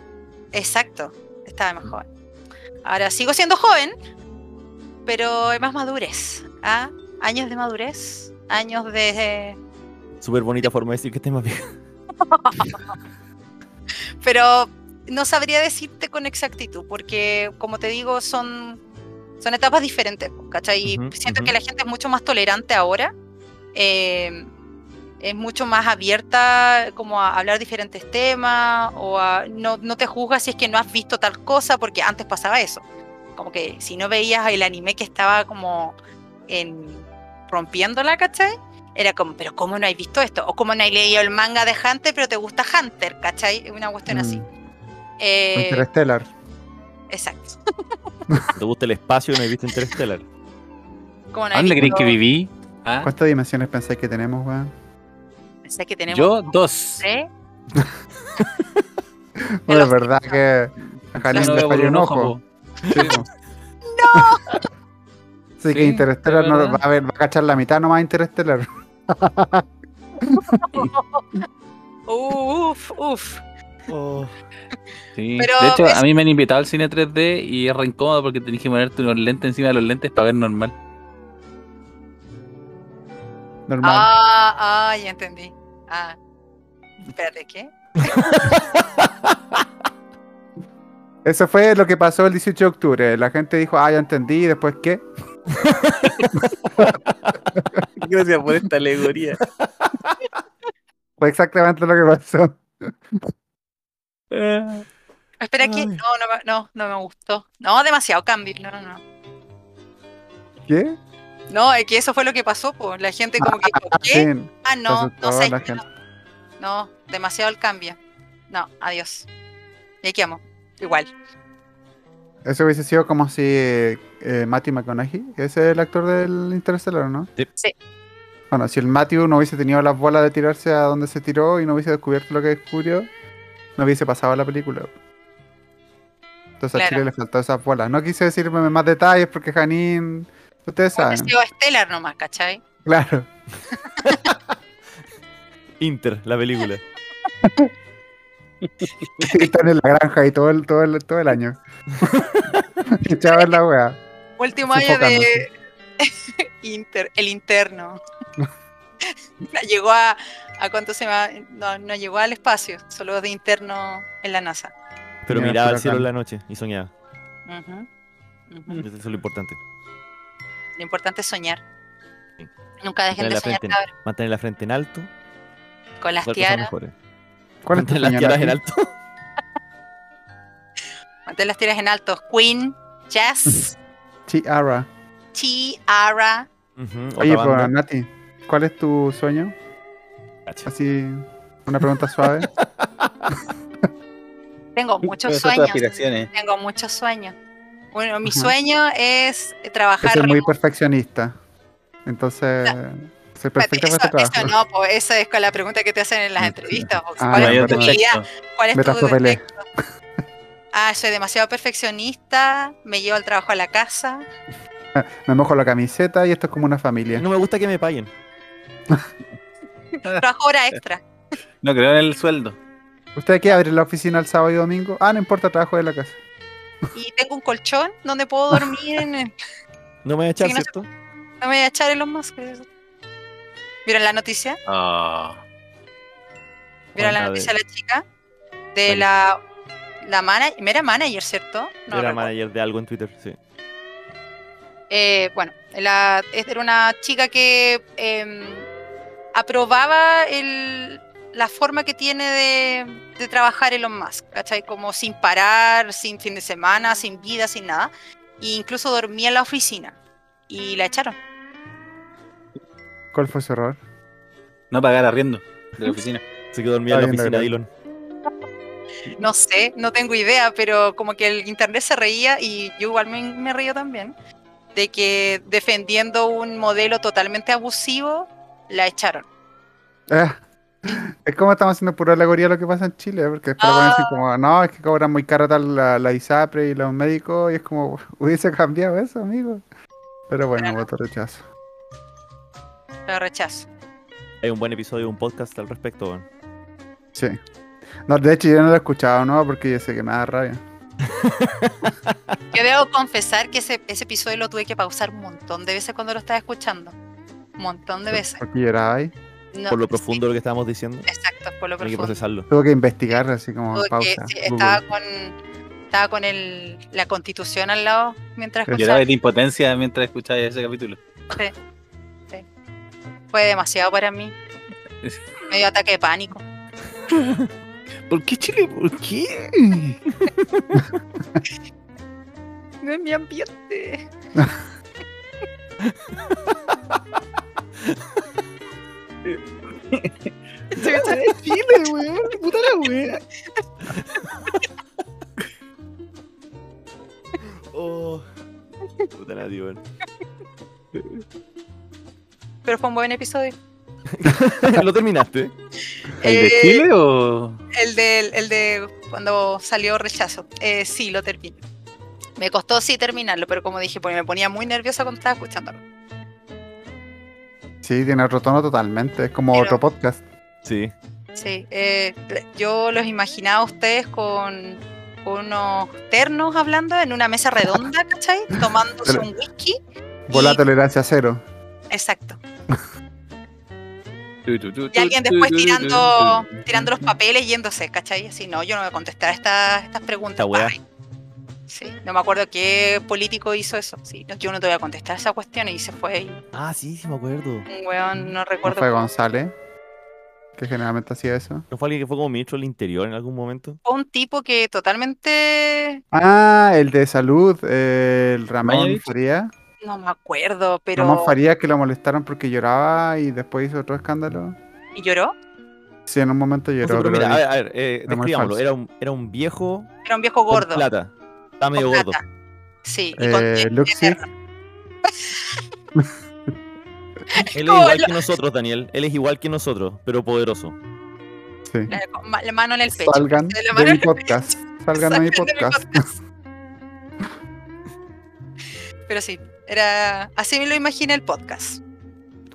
A: Exacto, estaba más joven. Ahora sigo siendo joven, pero hay más madurez. ¿ah? Años de madurez, años de.
B: Súper bonita forma de decir que estés más vieja.
A: Pero no sabría decirte con exactitud, porque como te digo, son, son etapas diferentes, po, ¿cachai? Y
B: Ujú,
A: siento
B: ujú.
A: que la gente es mucho más tolerante ahora, eh, es mucho más abierta como a hablar diferentes temas, o a, no, no te juzga si es que no has visto tal cosa, porque antes pasaba eso. Como que si no veías el anime que estaba como en, rompiéndola, ¿cachai? Era como, pero ¿cómo no hay visto esto? O ¿cómo no hay leído el manga de Hunter, pero te gusta Hunter, ¿cachai? Una cuestión así.
C: Mm,
A: Eh,
C: Interstellar.
A: exacto.
B: ¿Te gusta el espacio y no has visto Interstellar?
A: Como no
D: ¿A
A: hay
D: dónde creéis
A: visto-
D: que viví? ¿Ah?
C: ¿Cuántas dimensiones pensáis que tenemos, weón?
A: Pensé que tenemos
D: Yo, dos.
A: tres.
C: Bueno,
A: los
C: es verdad que a Jalín
D: no
C: le
D: veo por
C: falló un
D: un
C: ojo.
D: ojo, po.
C: Sí, po. Así que
D: Sí,
C: Interstellar
D: es
C: no lo- va
D: verdad.
C: a ver, va a cachar la mitad nomás Interstellar.
A: Uf, uf.
B: Oh,
D: Sí.
A: Pero
D: de hecho,
A: es-
D: a mí me han invitado al cine 3D y es re incómodo porque tenés que ponerte unos lentes encima de los lentes para ver normal.
C: Normal.
A: Ah, ah, ya entendí. Ah. Espérate, ¿qué?
C: Eso fue lo que pasó el 18 de octubre. La gente dijo, ah, ya entendí, ¿y después qué.
D: Gracias por esta alegoría.
C: Fue exactamente lo que pasó.
A: Espera, ¿qué?
B: Ay.
A: No, no, me- no, no me gustó. No, demasiado cambio. No, no, no.
C: ¿Qué?
A: No, es que eso fue lo que pasó, pues. La gente como que, ¿por qué?
C: Sí,
A: Ah,
C: se
A: no,
C: asustó
A: no sé.
C: la gente.
A: No, demasiado el cambio. No, adiós. Y aquí amo. Igual.
C: Eso hubiese sido como si eh, eh, Matthew McConaughey, ese es el actor del Interstellar, ¿no?
B: Sí.
A: Sí.
C: Bueno, si el Matthew no hubiese tenido las bolas de tirarse a donde se tiró y no hubiese descubierto lo que descubrió, no hubiese pasado la película. Entonces a
A: Claro.
C: Chile le faltó esas bolas. No quise decirme más detalles porque Janine, ustedes
A: Hubiese
C: saben.
A: sido Stellar nomás, ¿cachai?
C: Claro.
B: Inter, la película.
C: Y están en la granja y todo el, todo el, todo el año. Echado en la wea.
A: Último
C: Estoy
A: año de Inter, el interno. No llegó a, a cuánto se llama, no, no llegó al espacio, solo de interno en la NASA.
B: Pero
C: Mira,
B: miraba
C: pero
B: al cielo
C: acá.
B: en la noche y soñaba.
A: Ujú, ujú.
B: Eso es lo importante.
A: Lo importante es soñar.
B: Sí.
A: Nunca dejen
B: Tener
A: de
B: la
A: soñar
B: frente, en-
A: cabrón,
B: mantener la frente en alto.
A: con las
B: usar cosas
A: tiaras,
B: mejores.
C: ¿Cuál es tu
B: Mantener las
C: sueño,
B: tiaras
C: Nati?
B: en alto.
A: mantener las tiaras en alto. Queen, Jazz,
C: Chiara.
A: Chiara.
B: Ujú, otra
C: Oye,
B: banda.
C: pues Nati, ¿Cuál es tu sueño?
B: Cacha.
C: Así, una pregunta suave.
A: Tengo muchos
D: Esas son tus
A: sueños.
D: aspiraciones.
A: Tengo muchos sueños. Bueno, mi
C: Ajá.
A: sueño es
C: Yo
A: trabajar
C: soy muy
A: remoto.
C: perfeccionista. Entonces, soy perfecta para
A: Espérate,
C: este
A: Eso,
C: trabajo.
A: eso no, po, eso es con la pregunta que te hacen en las entrevistas. po.
C: Ah,
A: ¿Cuál
D: No,
C: ya,
A: es
D: yo
A: tu
C: perfecto.
A: actividad? ¿Cuál es
C: Me
A: tu
C: traspapelé.
A: defecto? Ah, soy demasiado perfeccionista, me llevo el trabajo a la casa.
C: Me mojo la camiseta y esto es como una familia.
B: No me gusta que me paguen.
A: Trabajo hora extra.
D: No creo en el sueldo.
C: ¿Usted aquí abre la oficina el sábado y domingo? Ah, no importa, trabajo de la casa.
A: Y tengo un colchón donde puedo dormir. en el-
B: No me voy a echar,
A: Sí, no sé.
B: ¿cierto?
A: No me voy a echar en los más. ¿Vieron la noticia?
D: Ah.
A: ¿Vieron la
B: Cuenta de-
A: noticia de la chica? De la. La manager. Era manager, ¿cierto? No
B: Era
A: recuerdo.
B: manager de algo en Twitter, sí.
A: Eh, bueno, la, era una chica que em, aprobaba el- la forma que tiene de, de trabajar Elon Musk, ¿cachai? Como sin parar, sin fin de semana, sin vida, sin nada. E incluso dormía en la oficina y la echaron.
C: ¿Cuál fue su error?
D: No pagar arriendo de la oficina.
B: Así que dormía en la
C: Está bien,
B: oficina de
C: Gabriel.
B: Elon.
A: No sé, no tengo idea, pero como que el internet se reía y yo igual me, me río también, de que defendiendo un modelo totalmente abusivo, la echaron.
C: Ah, es como estamos haciendo pura alegoría lo que pasa en Chile, ¿eh? porque después van a
A: Ah.
C: decir como, no, es que cobran muy cara tal la, la ISAPRE y los médicos, y es como, hubiese cambiado eso, amigo. Pero bueno,
A: Claro.
C: voto rechazo.
A: La rechazo.
B: Hay un buen episodio, un podcast al respecto. weón.
C: Sí. No, de hecho yo no lo he escuchado, ¿no? Porque yo sé que me da rabia.
A: Yo debo confesar que ese, ese episodio lo tuve que pausar un montón de veces cuando lo estaba escuchando. Un montón de veces.
C: Porque lloraba ahí.
A: No,
B: Por lo
A: sí,
B: profundo de lo que estábamos diciendo.
A: exacto, por lo
B: Hay que
A: profundo.
B: procesarlo.
C: Tuve que investigar así como
A: Tuve que-
C: pausa.
A: sí,
C: Google.
A: estaba con, estaba con el, la constitución al lado mientras
D: Lloraba
A: escuchaba.
D: de impotencia mientras escuchaba ese capítulo.
A: Fue demasiado para mí. Me dio ataque de pánico.
D: ¿Por qué Chile? ¿Por qué?
A: No es mi ambiente.
D: Chile, weón. Puta la weón.
B: Oh. Puta la tío, weón.
A: Pero fue un buen episodio.
B: Lo terminaste.
D: ¿El de
A: Eh,
D: Chile o.?
A: El de, el de cuando salió rechazo. Eh, sí, lo terminé. Me costó sí terminarlo, pero como dije, porque me ponía muy nerviosa cuando estaba escuchándolo.
C: Sí, tiene otro tono totalmente, es como
A: Pero-
C: otro podcast.
B: Sí.
A: Sí, eh, le- yo los imaginaba a ustedes con con unos ternos hablando en una mesa redonda, ¿cachai? Tomándose
C: Pero-
A: un whisky. y-
C: Bola tolerancia cero.
A: exacto. Y alguien después tirando, tirando los papeles yéndose, ¿cachai? Así, no, yo no voy a contestar estas, estas preguntas.
B: Esta weá.
A: bye. Sí, no me acuerdo qué político hizo eso. Sí, no, yo no te voy a contestar esa cuestión y se fue. y
B: Ah, sí, sí, me acuerdo.
A: un weón, no
C: No
A: recuerdo.
C: fue
A: cómo-
C: González, que generalmente hacía eso.
B: ¿No fue alguien que fue como ministro del interior en algún momento?
A: Fue un tipo que totalmente.
C: Ah, el de salud, eh, el Ramón
D: Mañalich.
C: Faría.
A: No me acuerdo, pero.
C: Ramón Faría que lo molestaron porque lloraba y después hizo otro escándalo.
A: ¿Y lloró?
C: Sí, en un momento
B: No sé,
C: lloró,
B: pero
C: pero
B: mira, a ver, a ver, eh,
C: era muy
B: describámoslo.
C: falso.
B: Era un, era un viejo
A: Era un viejo
B: con
A: gordo.
B: plata. Estaba medio
A: Con
B: gordo.
A: plata. Sí, y con
C: Eh,
A: dientes
C: Luxi.
A: eternos.
B: Él es
A: como
B: igual
A: lo-
B: que nosotros, Daniel. Él es igual que nosotros, pero poderoso.
C: sí.
A: La, con ma- la mano en el pecho.
C: Salgan
A: La mano
C: de
A: en el
C: mi podcast. Salgan de mi
A: Salgan de mi
C: podcast.
A: podcast. Pero sí, era así me lo imaginé el podcast.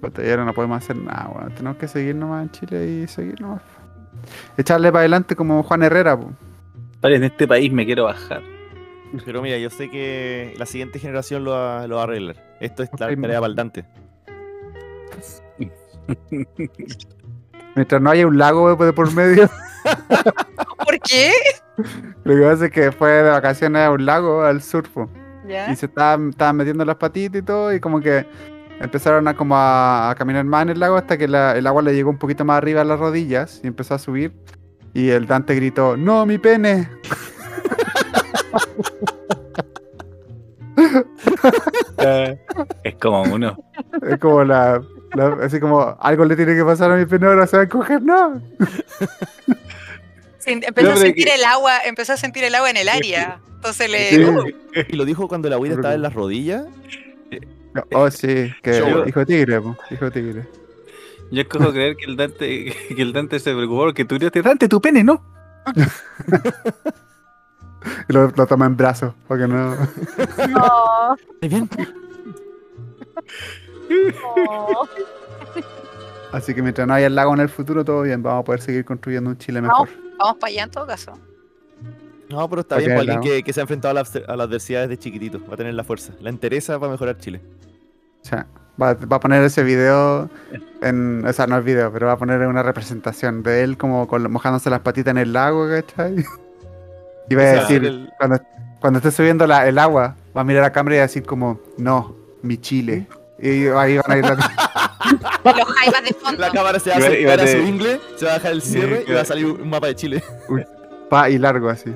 C: Puta, y ahora no podemos hacer nada, bueno. Tenemos que seguir nomás en Chile y seguir nomás. Echarle para adelante como Juan Herrera, po.
D: Padre, en este país me quiero bajar.
B: Pero mira, yo sé que la siguiente generación lo va, lo va a arreglar. Esto es la
C: Ok,
B: tarea baldante.
C: Mientras no haya un lago de por medio.
A: ¿Por qué?
C: lo que pasa es que fue de vacaciones a un lago, al surfo.
A: ¿Ya?
C: y se estaban, estaban metiendo las patitas y todo y como que empezaron a como a, a caminar más en el lago hasta que la- el agua le llegó un poquito más arriba a las rodillas y empezó a subir y el Dante gritó no mi pene
D: es como uno.
C: es como la La- así como, algo le tiene que pasar a mi pene, ahora se va a coger, no.
A: Sin- empezó a
D: No, pero
A: sentir
D: que-
A: el agua, empezó a sentir el agua en el área. Entonces le.
C: Sí.
B: Y lo dijo cuando la huida estaba en las rodillas.
C: No, oh, sí, que
B: Eh, Yo-
C: hijo de tigre, po, hijo de tigre.
D: Yo escojo creer que el Dante, que el Dante se preocupó porque tú gritaste, Dante, tu pene, ¿no?
C: Y lo, lo toma en brazos, porque no.
A: No,
B: ¿Estás bien?
A: no.
C: Así que mientras no haya el lago en el futuro, todo bien, vamos a poder seguir construyendo un Chile mejor.
A: Vamos para allá en todo caso.
B: No, pero está
C: Ok,
B: bien para alguien
C: no.
B: que, que se ha enfrentado a, la abs- a las adversidades de chiquitito. Va a tener la fuerza. La entereza para mejorar Chile.
C: O sea, va, va a poner ese video en. O sea, no el video, pero va a poner una representación de él como con- mojándose las patitas en el lago, ¿cachai? Y va
B: Ese
C: a
B: va a
C: decir,
B: ser el-
C: cuando, cuando esté subiendo la- el agua, va a mirar a cámara y va a decir como, no, mi Chile. Y ahí van a ir la-
A: Los jaivas de fondo.
B: La cámara se va a
D: Y va- y va
B: acercar a su
D: a tener-
B: ingle, se va a dejar el cierre y
D: claro.
B: va a salir un mapa de Chile.
C: pa y largo así.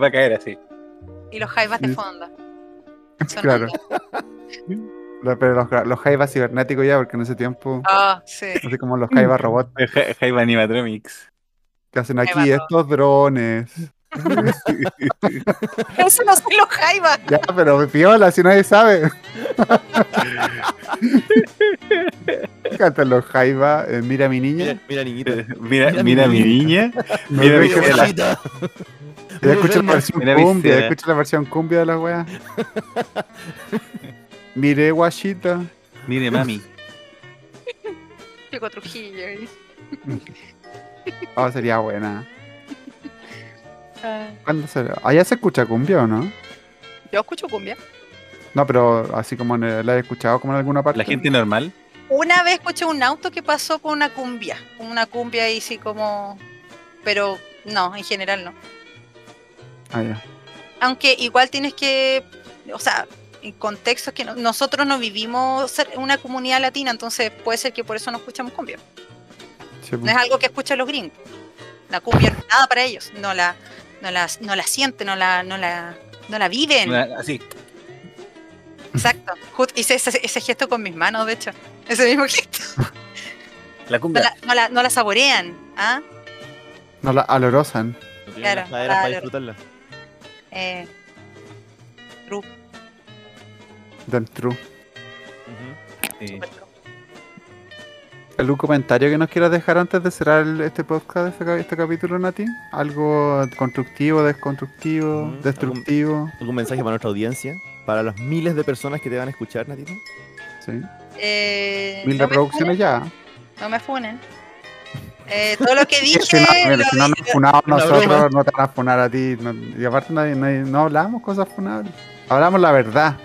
D: Va a caer así.
A: Y los jaivas de
C: Sí.
A: fondo.
C: Claro.
A: Sonando.
C: Lo- Pero los, los jaivas cibernéticos ya, porque en ese tiempo,
A: Ah, sí.
C: así como los jaivas robot
D: Ja- Jaiba Animatronics.
C: que hacen
A: Jaiba
C: aquí
A: robot.
C: estos drones.
A: Eso no son los jaivas.
C: Ya, pero piola, si nadie sabe. Cantan los Jaiba, eh, mira mi niña.
B: Mira, mira niñita.
D: Mira, mira mi niña.
C: No
D: Mira
C: sé
D: mi
C: qué-
D: Mira,
C: ya
B: Mira,
C: escucha la versión
D: mira mi
C: cumbia,
D: cera.
C: escucha la versión cumbia de la wea. Mire guachita.
D: Mire, mami.
A: Chico Trujillo. y-
C: Oh, sería buena.
A: Ah,
C: ¿Cuándo se... Allá se escucha cumbia o no?
A: Yo escucho cumbia.
C: No, pero así como en el- la he escuchado como en alguna parte.
D: La gente normal.
A: Una vez escuché un auto que pasó por una cumbia. Una cumbia y sí como... Pero no, en general no.
C: Ah, ya.
A: Aunque igual tienes que... O sea, en contextos que no- nosotros no vivimos cer- en una comunidad latina, entonces puede ser que por eso no escuchamos cumbia.
C: Sí, pues.
A: No es algo que escuchan los gringos. La cumbia no es nada para ellos. No la, no la, no la sienten, no la, no la, no la viven.
D: Una- Así.
A: Exacto. Just- hice ese, ese gesto con mis manos, de hecho. Ese mismo gesto.
D: La
A: No
D: cumbia.
A: la, no la- no la saborean. ¿ah?
C: No la alorosan.
B: No tiene
A: Claro,
B: las caderas para
A: claro.
B: disfrutarla.
A: Eh,
C: Dentro.
B: Ujú.
D: Sí.
C: ¿Algún comentario que nos quieras dejar antes de cerrar el- este podcast, este, ca- este capítulo, Nati? ¿Algo constructivo, desconstructivo,
B: Mm,
C: destructivo?
B: ¿Algún mensaje para nuestra audiencia? Para las miles de personas que te van a escuchar, Natito.
C: Sí.
A: eh,
C: Mil
A: no, me funen,
C: reproducciones ya.
A: no me funen. Eh, todo lo que
C: Si
A: dije.
C: no, mira,
A: lo
C: si no
A: di-
C: nos funamos
B: Una broma.
C: nosotros, no te van a funar a ti. no- y aparte nadie- nadie- no hablamos cosas funables. Hablamos la verdad.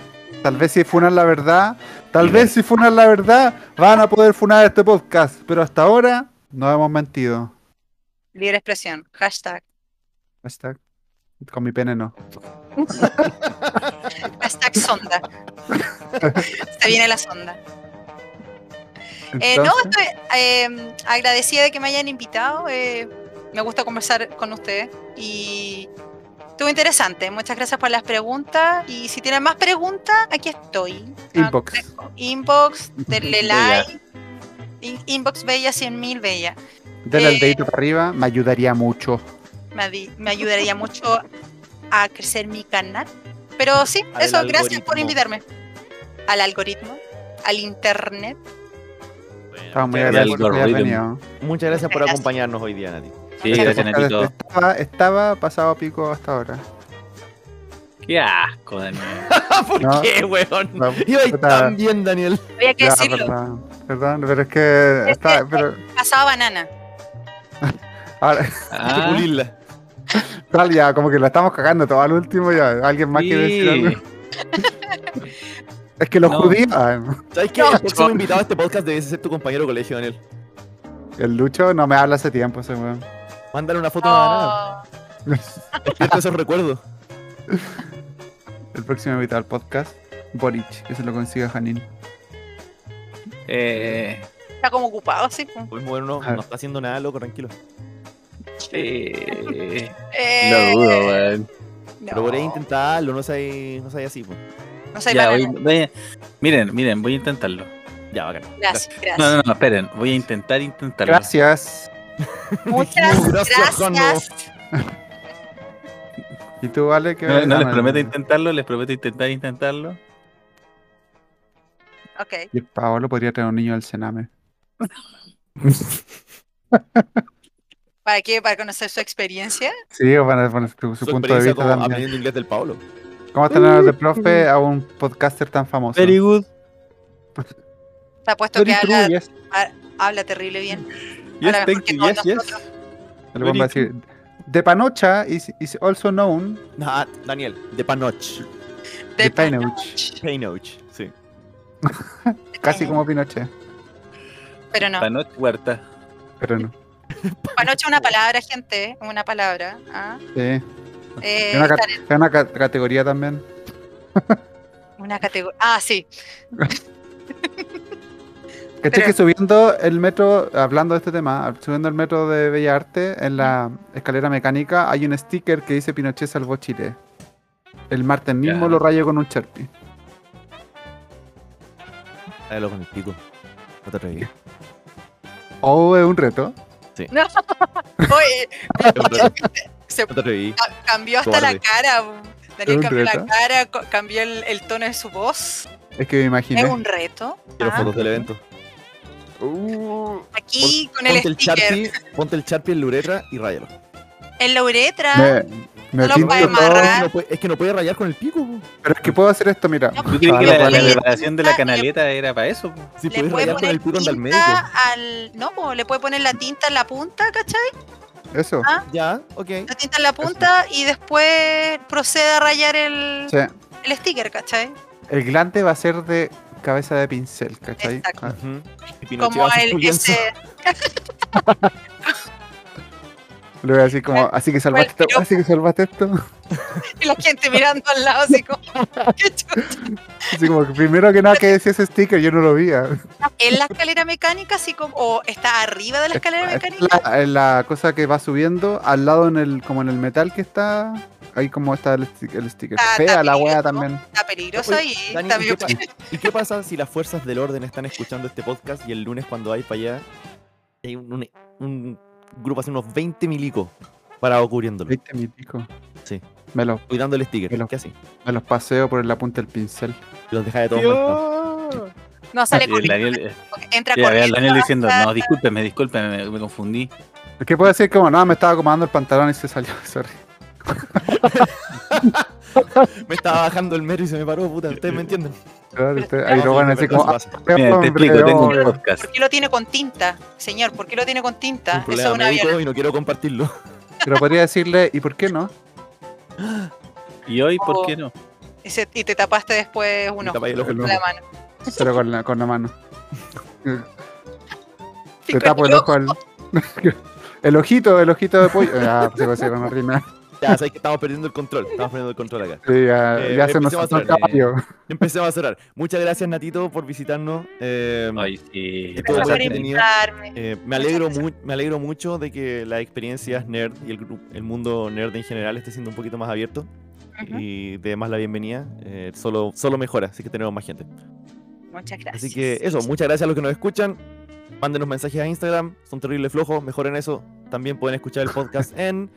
C: Tal vez si funan la verdad, tal
B: Y
C: vez si funan la verdad, van a poder funar este podcast. Pero hasta ahora no hemos mentido.
A: libre expresión. Hashtag.
C: Hashtag. Con mi pene no.
A: Hashtag sonda. Se viene la sonda. Eh, no,
C: Entonces-
A: estoy eh, agradecida de que me hayan invitado. eh, me gusta conversar con ustedes y estuvo interesante. Muchas gracias por las preguntas. Y si tienen más preguntas, aquí estoy.
C: Inbox.
A: Ah, Inbox, denle
D: Bella.
A: like. In- Inbox bella, 100.000 bella.
C: Denle
A: Eh,
C: el dedito para arriba, me ayudaría mucho.
A: Me, adi- me ayudaría mucho a crecer mi canal. Pero sí,
B: Al
A: eso, gracias por
B: algoritmo.
A: invitarme. Al algoritmo, al internet.
C: Estaba muy
B: muchas gracias,
C: agradecido por haber
D: algoritmo.
C: venido.
B: muchas gracias por
A: Gracias.
B: acompañarnos hoy día, Nati.
D: Sí,
A: Muchas
D: gracias, Natito.
C: Estaba, estaba pasado a pico hasta ahora.
D: Qué asco, Daniel.
B: Ah, ¿Por
C: No.
B: qué, weón?
C: No,
B: Iba
C: puta.
B: tan bien, Daniel.
A: Había que
C: Ya,
A: decirlo.
C: verdad, verdad, pero es que
A: Es
C: está,
A: que-
C: pero
A: Pasaba banana.
C: ahora,
B: Hay que
D: Ah,
B: pulirla.
C: tal, ya como que la estamos cagando todo al último ya. Alguien más quiere decir
D: sí.
C: algo. Es que los
D: No.
C: judíos, ah,
B: ¿Sabes qué?
A: No,
B: El próximo
D: yo-
B: invitado a este podcast debe ser tu compañero de colegio, Daniel.
C: el Lucho no me habla hace tiempo ese weón.
B: Mándale una foto nada,
A: Oh.
B: despierta esos recuerdos.
C: El próximo invitado al podcast, Boric, que se lo consiga Janine.
D: Eh,
A: Está como ocupado, sí. po.
B: Pues bueno, no, no está haciendo nada, loco, tranquilo.
D: eh,
A: Eh,
D: lo dudo, weón.
A: no. Eh,
B: Pero por ahí intentarlo, no seas no seas así, pues.
A: No soy
D: Ya,
A: para
D: voy-
A: nada.
D: voy a- miren, miren, voy a intentarlo.
B: Ya, bacán.
A: Gracias, gracias.
D: No, no, no, esperen, voy a intentar intentarlo.
C: Gracias.
A: Muchas
B: Dijimos gracias
A: gracias.
B: cuando-
C: ¿Y tú, vale? que
D: No, no, les prometo intentarlo, les prometo intentar intentarlo.
A: Ok.
C: Paolo podría traer un niño al cename.
A: ¿Para qué? ¿Para conocer su experiencia?
C: Sí, o para poner su, su
B: Su
C: punto de
B: experiencia
C: vista
B: como
C: también.
B: aprendiendo inglés del Pablo.
C: ¿Cómo tener de profe a un podcaster tan famoso?
D: Very good.
A: Te apuesto
D: Very
A: que
D: true,
A: habla,
D: yes.
A: habla terrible bien.
D: Yes,
A: Ahora,
D: thank
A: porque
D: you,
A: no,
D: yes, yes.
C: El buen va a decir, De Panocha is, is also known.
B: Ah, Daniel, de Panoch.
C: De Pinoch.
A: Pinoch.
B: Panoch, sí.
C: Casi como Pinochet,
A: Pero no.
D: Panoch Huerta.
C: pero no.
A: Panoche es una palabra, gente. Una palabra. ¿ah?
C: Sí.
A: Eh,
C: Es una,
A: estar
C: cat- es una ca- categoría también.
A: en una categoría. Ah, sí.
C: ¿Cachai
A: Pero-
C: que subiendo el metro, hablando de este tema, subiendo el metro de Bella Arte, en la escalera mecánica hay un sticker que dice Pinochet salvó Chile. El martes mismo
D: Ya.
C: lo rayo con un Sharpie.
B: Hágalo con el pico. No te atreví.
C: Oh, es un reto.
A: No. Oye,
B: No te atreví.
A: se
B: No te atreví.
A: ca- cambió hasta
B: Cobarde.
A: la cara. bu. Daniel
C: un
A: cambió la
C: reto.
A: cara, co- cambió el, el tono de su voz.
C: Es que me
A: Es
C: imaginé.
A: un reto.
B: Quiero
A: ¿ah?
B: fotos del evento.
C: Uh,
A: Aquí con el
B: Ponte el
A: sticker.
B: Sharpie, ponte el Sharpie en la uretra y ráyalo.
A: en la uretra.
C: me me
A: Solo
C: tinto
A: para
C: todo.
A: amarrar.
B: No puede- es que no puede rayar con el pico. po.
C: Pero es que puedo hacer esto, mira.
A: No,
D: Yo creí que
C: Pablo,
D: la,
C: ¿cuál
D: la
C: es?
D: preparación de la canaleta era para eso.
B: Si
A: le
B: puedes
A: puede
B: rayar con
A: poner
B: el pico, anda al médico.
A: tinta al. No, po, le puede poner la tinta en la punta, ¿cachai?
C: Eso.
B: Ya, ok.
A: La tinta en la punta y después procede a rayar el,
C: Sí.
A: el sticker, ¿cachai?
C: El glante va a ser de cabeza de pincel, ¿cachai?
A: Exacto.
C: Ah,
B: Ujú. Y Pinochet
A: Como
B: hace su
A: el
B: lienzo.
A: ese.
C: Le voy a decir como, así que salvaste esto,
A: piropo.
C: así que salvaste esto.
A: Y la gente mirando al lado así como. "Qué chucha".
C: Así como que primero que nada que decía ese sticker, yo no lo vi. ah.
A: en la escalera mecánica, así como. O está arriba de la escalera
C: Esta es
A: mecánica.
C: La, es la cosa que va subiendo al lado en el, como en el metal que está, ahí como está el, sti- el sticker.
A: Ah,
C: Fea
A: está
C: la wea
A: bien,
C: también.
A: Está peligroso
B: Oye,
A: ahí.
B: Dani,
A: está
B: ¿y
A: medio
B: qué ¿Y qué pasa si las fuerzas del orden están escuchando este podcast y el lunes cuando hay para allá hay un, un- un grupo, hace unos 20 milicos parados cubriéndolo,
C: Viste mi pico.
B: Sí.
C: Me los,
B: cuidando el sticker?
C: Pero-
B: ¿Qué así?
C: me los paseo por la punta del pincel.
B: Los deja de todo muertos.
D: Dios.
A: No sale
D: Y el
A: corriendo.
D: Daniel, eh,
A: Entra
D: ya veo al
A: corriendo.
D: Daniel diciendo, no, discúlpeme, discúlpeme, me, me confundí.
C: Es que puedo decir como, no, me estaba acomodando el pantalón y se salió, sorry.
B: Me estaba bajando el mero y se me paró, puta. ¿Ustedes me entienden?
C: Claro, usted-
B: No,
C: Ahí lo
B: sí,
C: van a
B: sí,
C: decir
B: perdón,
C: como,
B: pasa.
C: ah,
D: Mira, te
C: hombre,
D: explico, tengo
C: hombre.
D: un podcast.
A: ¿Por qué lo tiene con tinta? Señor, ¿por qué lo tiene con tinta?
B: Un
A: Eso es
B: problema
A: una
B: médico y no quiero compartirlo.
C: Pero podría decirle, ¿y por qué no?
D: ¿Y hoy por
A: Oh.
D: qué no?
A: Y, se- y te tapaste después
B: Me
A: uno
B: tapa ahí el ojo.
C: El
A: con la mano.
C: Pero con la, con la mano. Te
A: Con
C: tapo el
A: yo-
C: ojo al. el ojito, el ojito de pollo. Ah, se consigue con rima.
B: Ya, sabes que estamos perdiendo el control. Estamos perdiendo el control acá.
C: Sí, ya,
B: Eh,
C: ya se
B: empecemos
C: nos
B: a
C: saltó el
B: hacer, eh,
C: caballo.
B: Empecemos a cerrar. Muchas gracias, Natito, por visitarnos. Eh,
D: Ay, sí.
B: Te
D: te
A: Gracias
B: Todo
A: por
D: pasaste.
B: entretenido.
A: invitarme.
B: Eh, me, alegro
A: Muchas
B: mu- me alegro mucho de que las experiencias nerd y el, gru- el mundo nerd en general esté siendo un poquito más abierto
A: Ujú,
B: y de más la bienvenida. eh, solo, solo mejora, así que tenemos más gente.
A: Muchas gracias.
B: Así que eso, muchas gracias a los que nos escuchan. Mándenos mensajes a Instagram, son terribles flojos, mejoren eso. También pueden escuchar el podcast en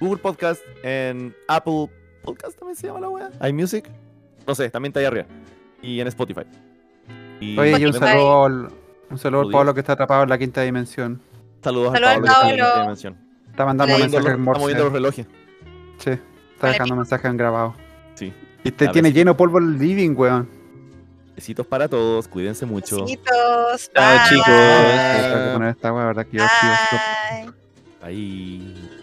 B: Google Podcast, en Apple Podcast también se llama la wea, iMusic, no sé, también está ahí arriba. Y en Spotify. Y
C: Oye, y un
B: tenemos
A: Spotify.
C: saludo al, un saludo
B: Judío.
C: al
A: Pablo
C: Pablo que está atrapado en la quinta dimensión.
B: saludos
A: Saludos
B: a
A: al
B: Pablo. que está en
A: Pablo.
B: la dimensión.
C: Está mandando
A: Ahí.
B: Estamos
C: mensajes en
B: viendo los- estamos viendo los
C: Morse.
B: relojes.
C: Sí, está
A: Vale,
C: dejando
A: pico.
C: mensajes en grabado.
B: Sí. Ah,
C: Y te
B: A
C: tiene
B: ver si-
C: lleno de polvo el living, weón.
B: Besitos para todos, cuídense mucho.
A: Besitos.
D: Chao,
A: Bye.
D: chicos.
B: Ah.
A: Ah.
C: Tengo que poner esta weá, ¿verdad? Que yo archivo esto.
A: Bye.
B: Ahí.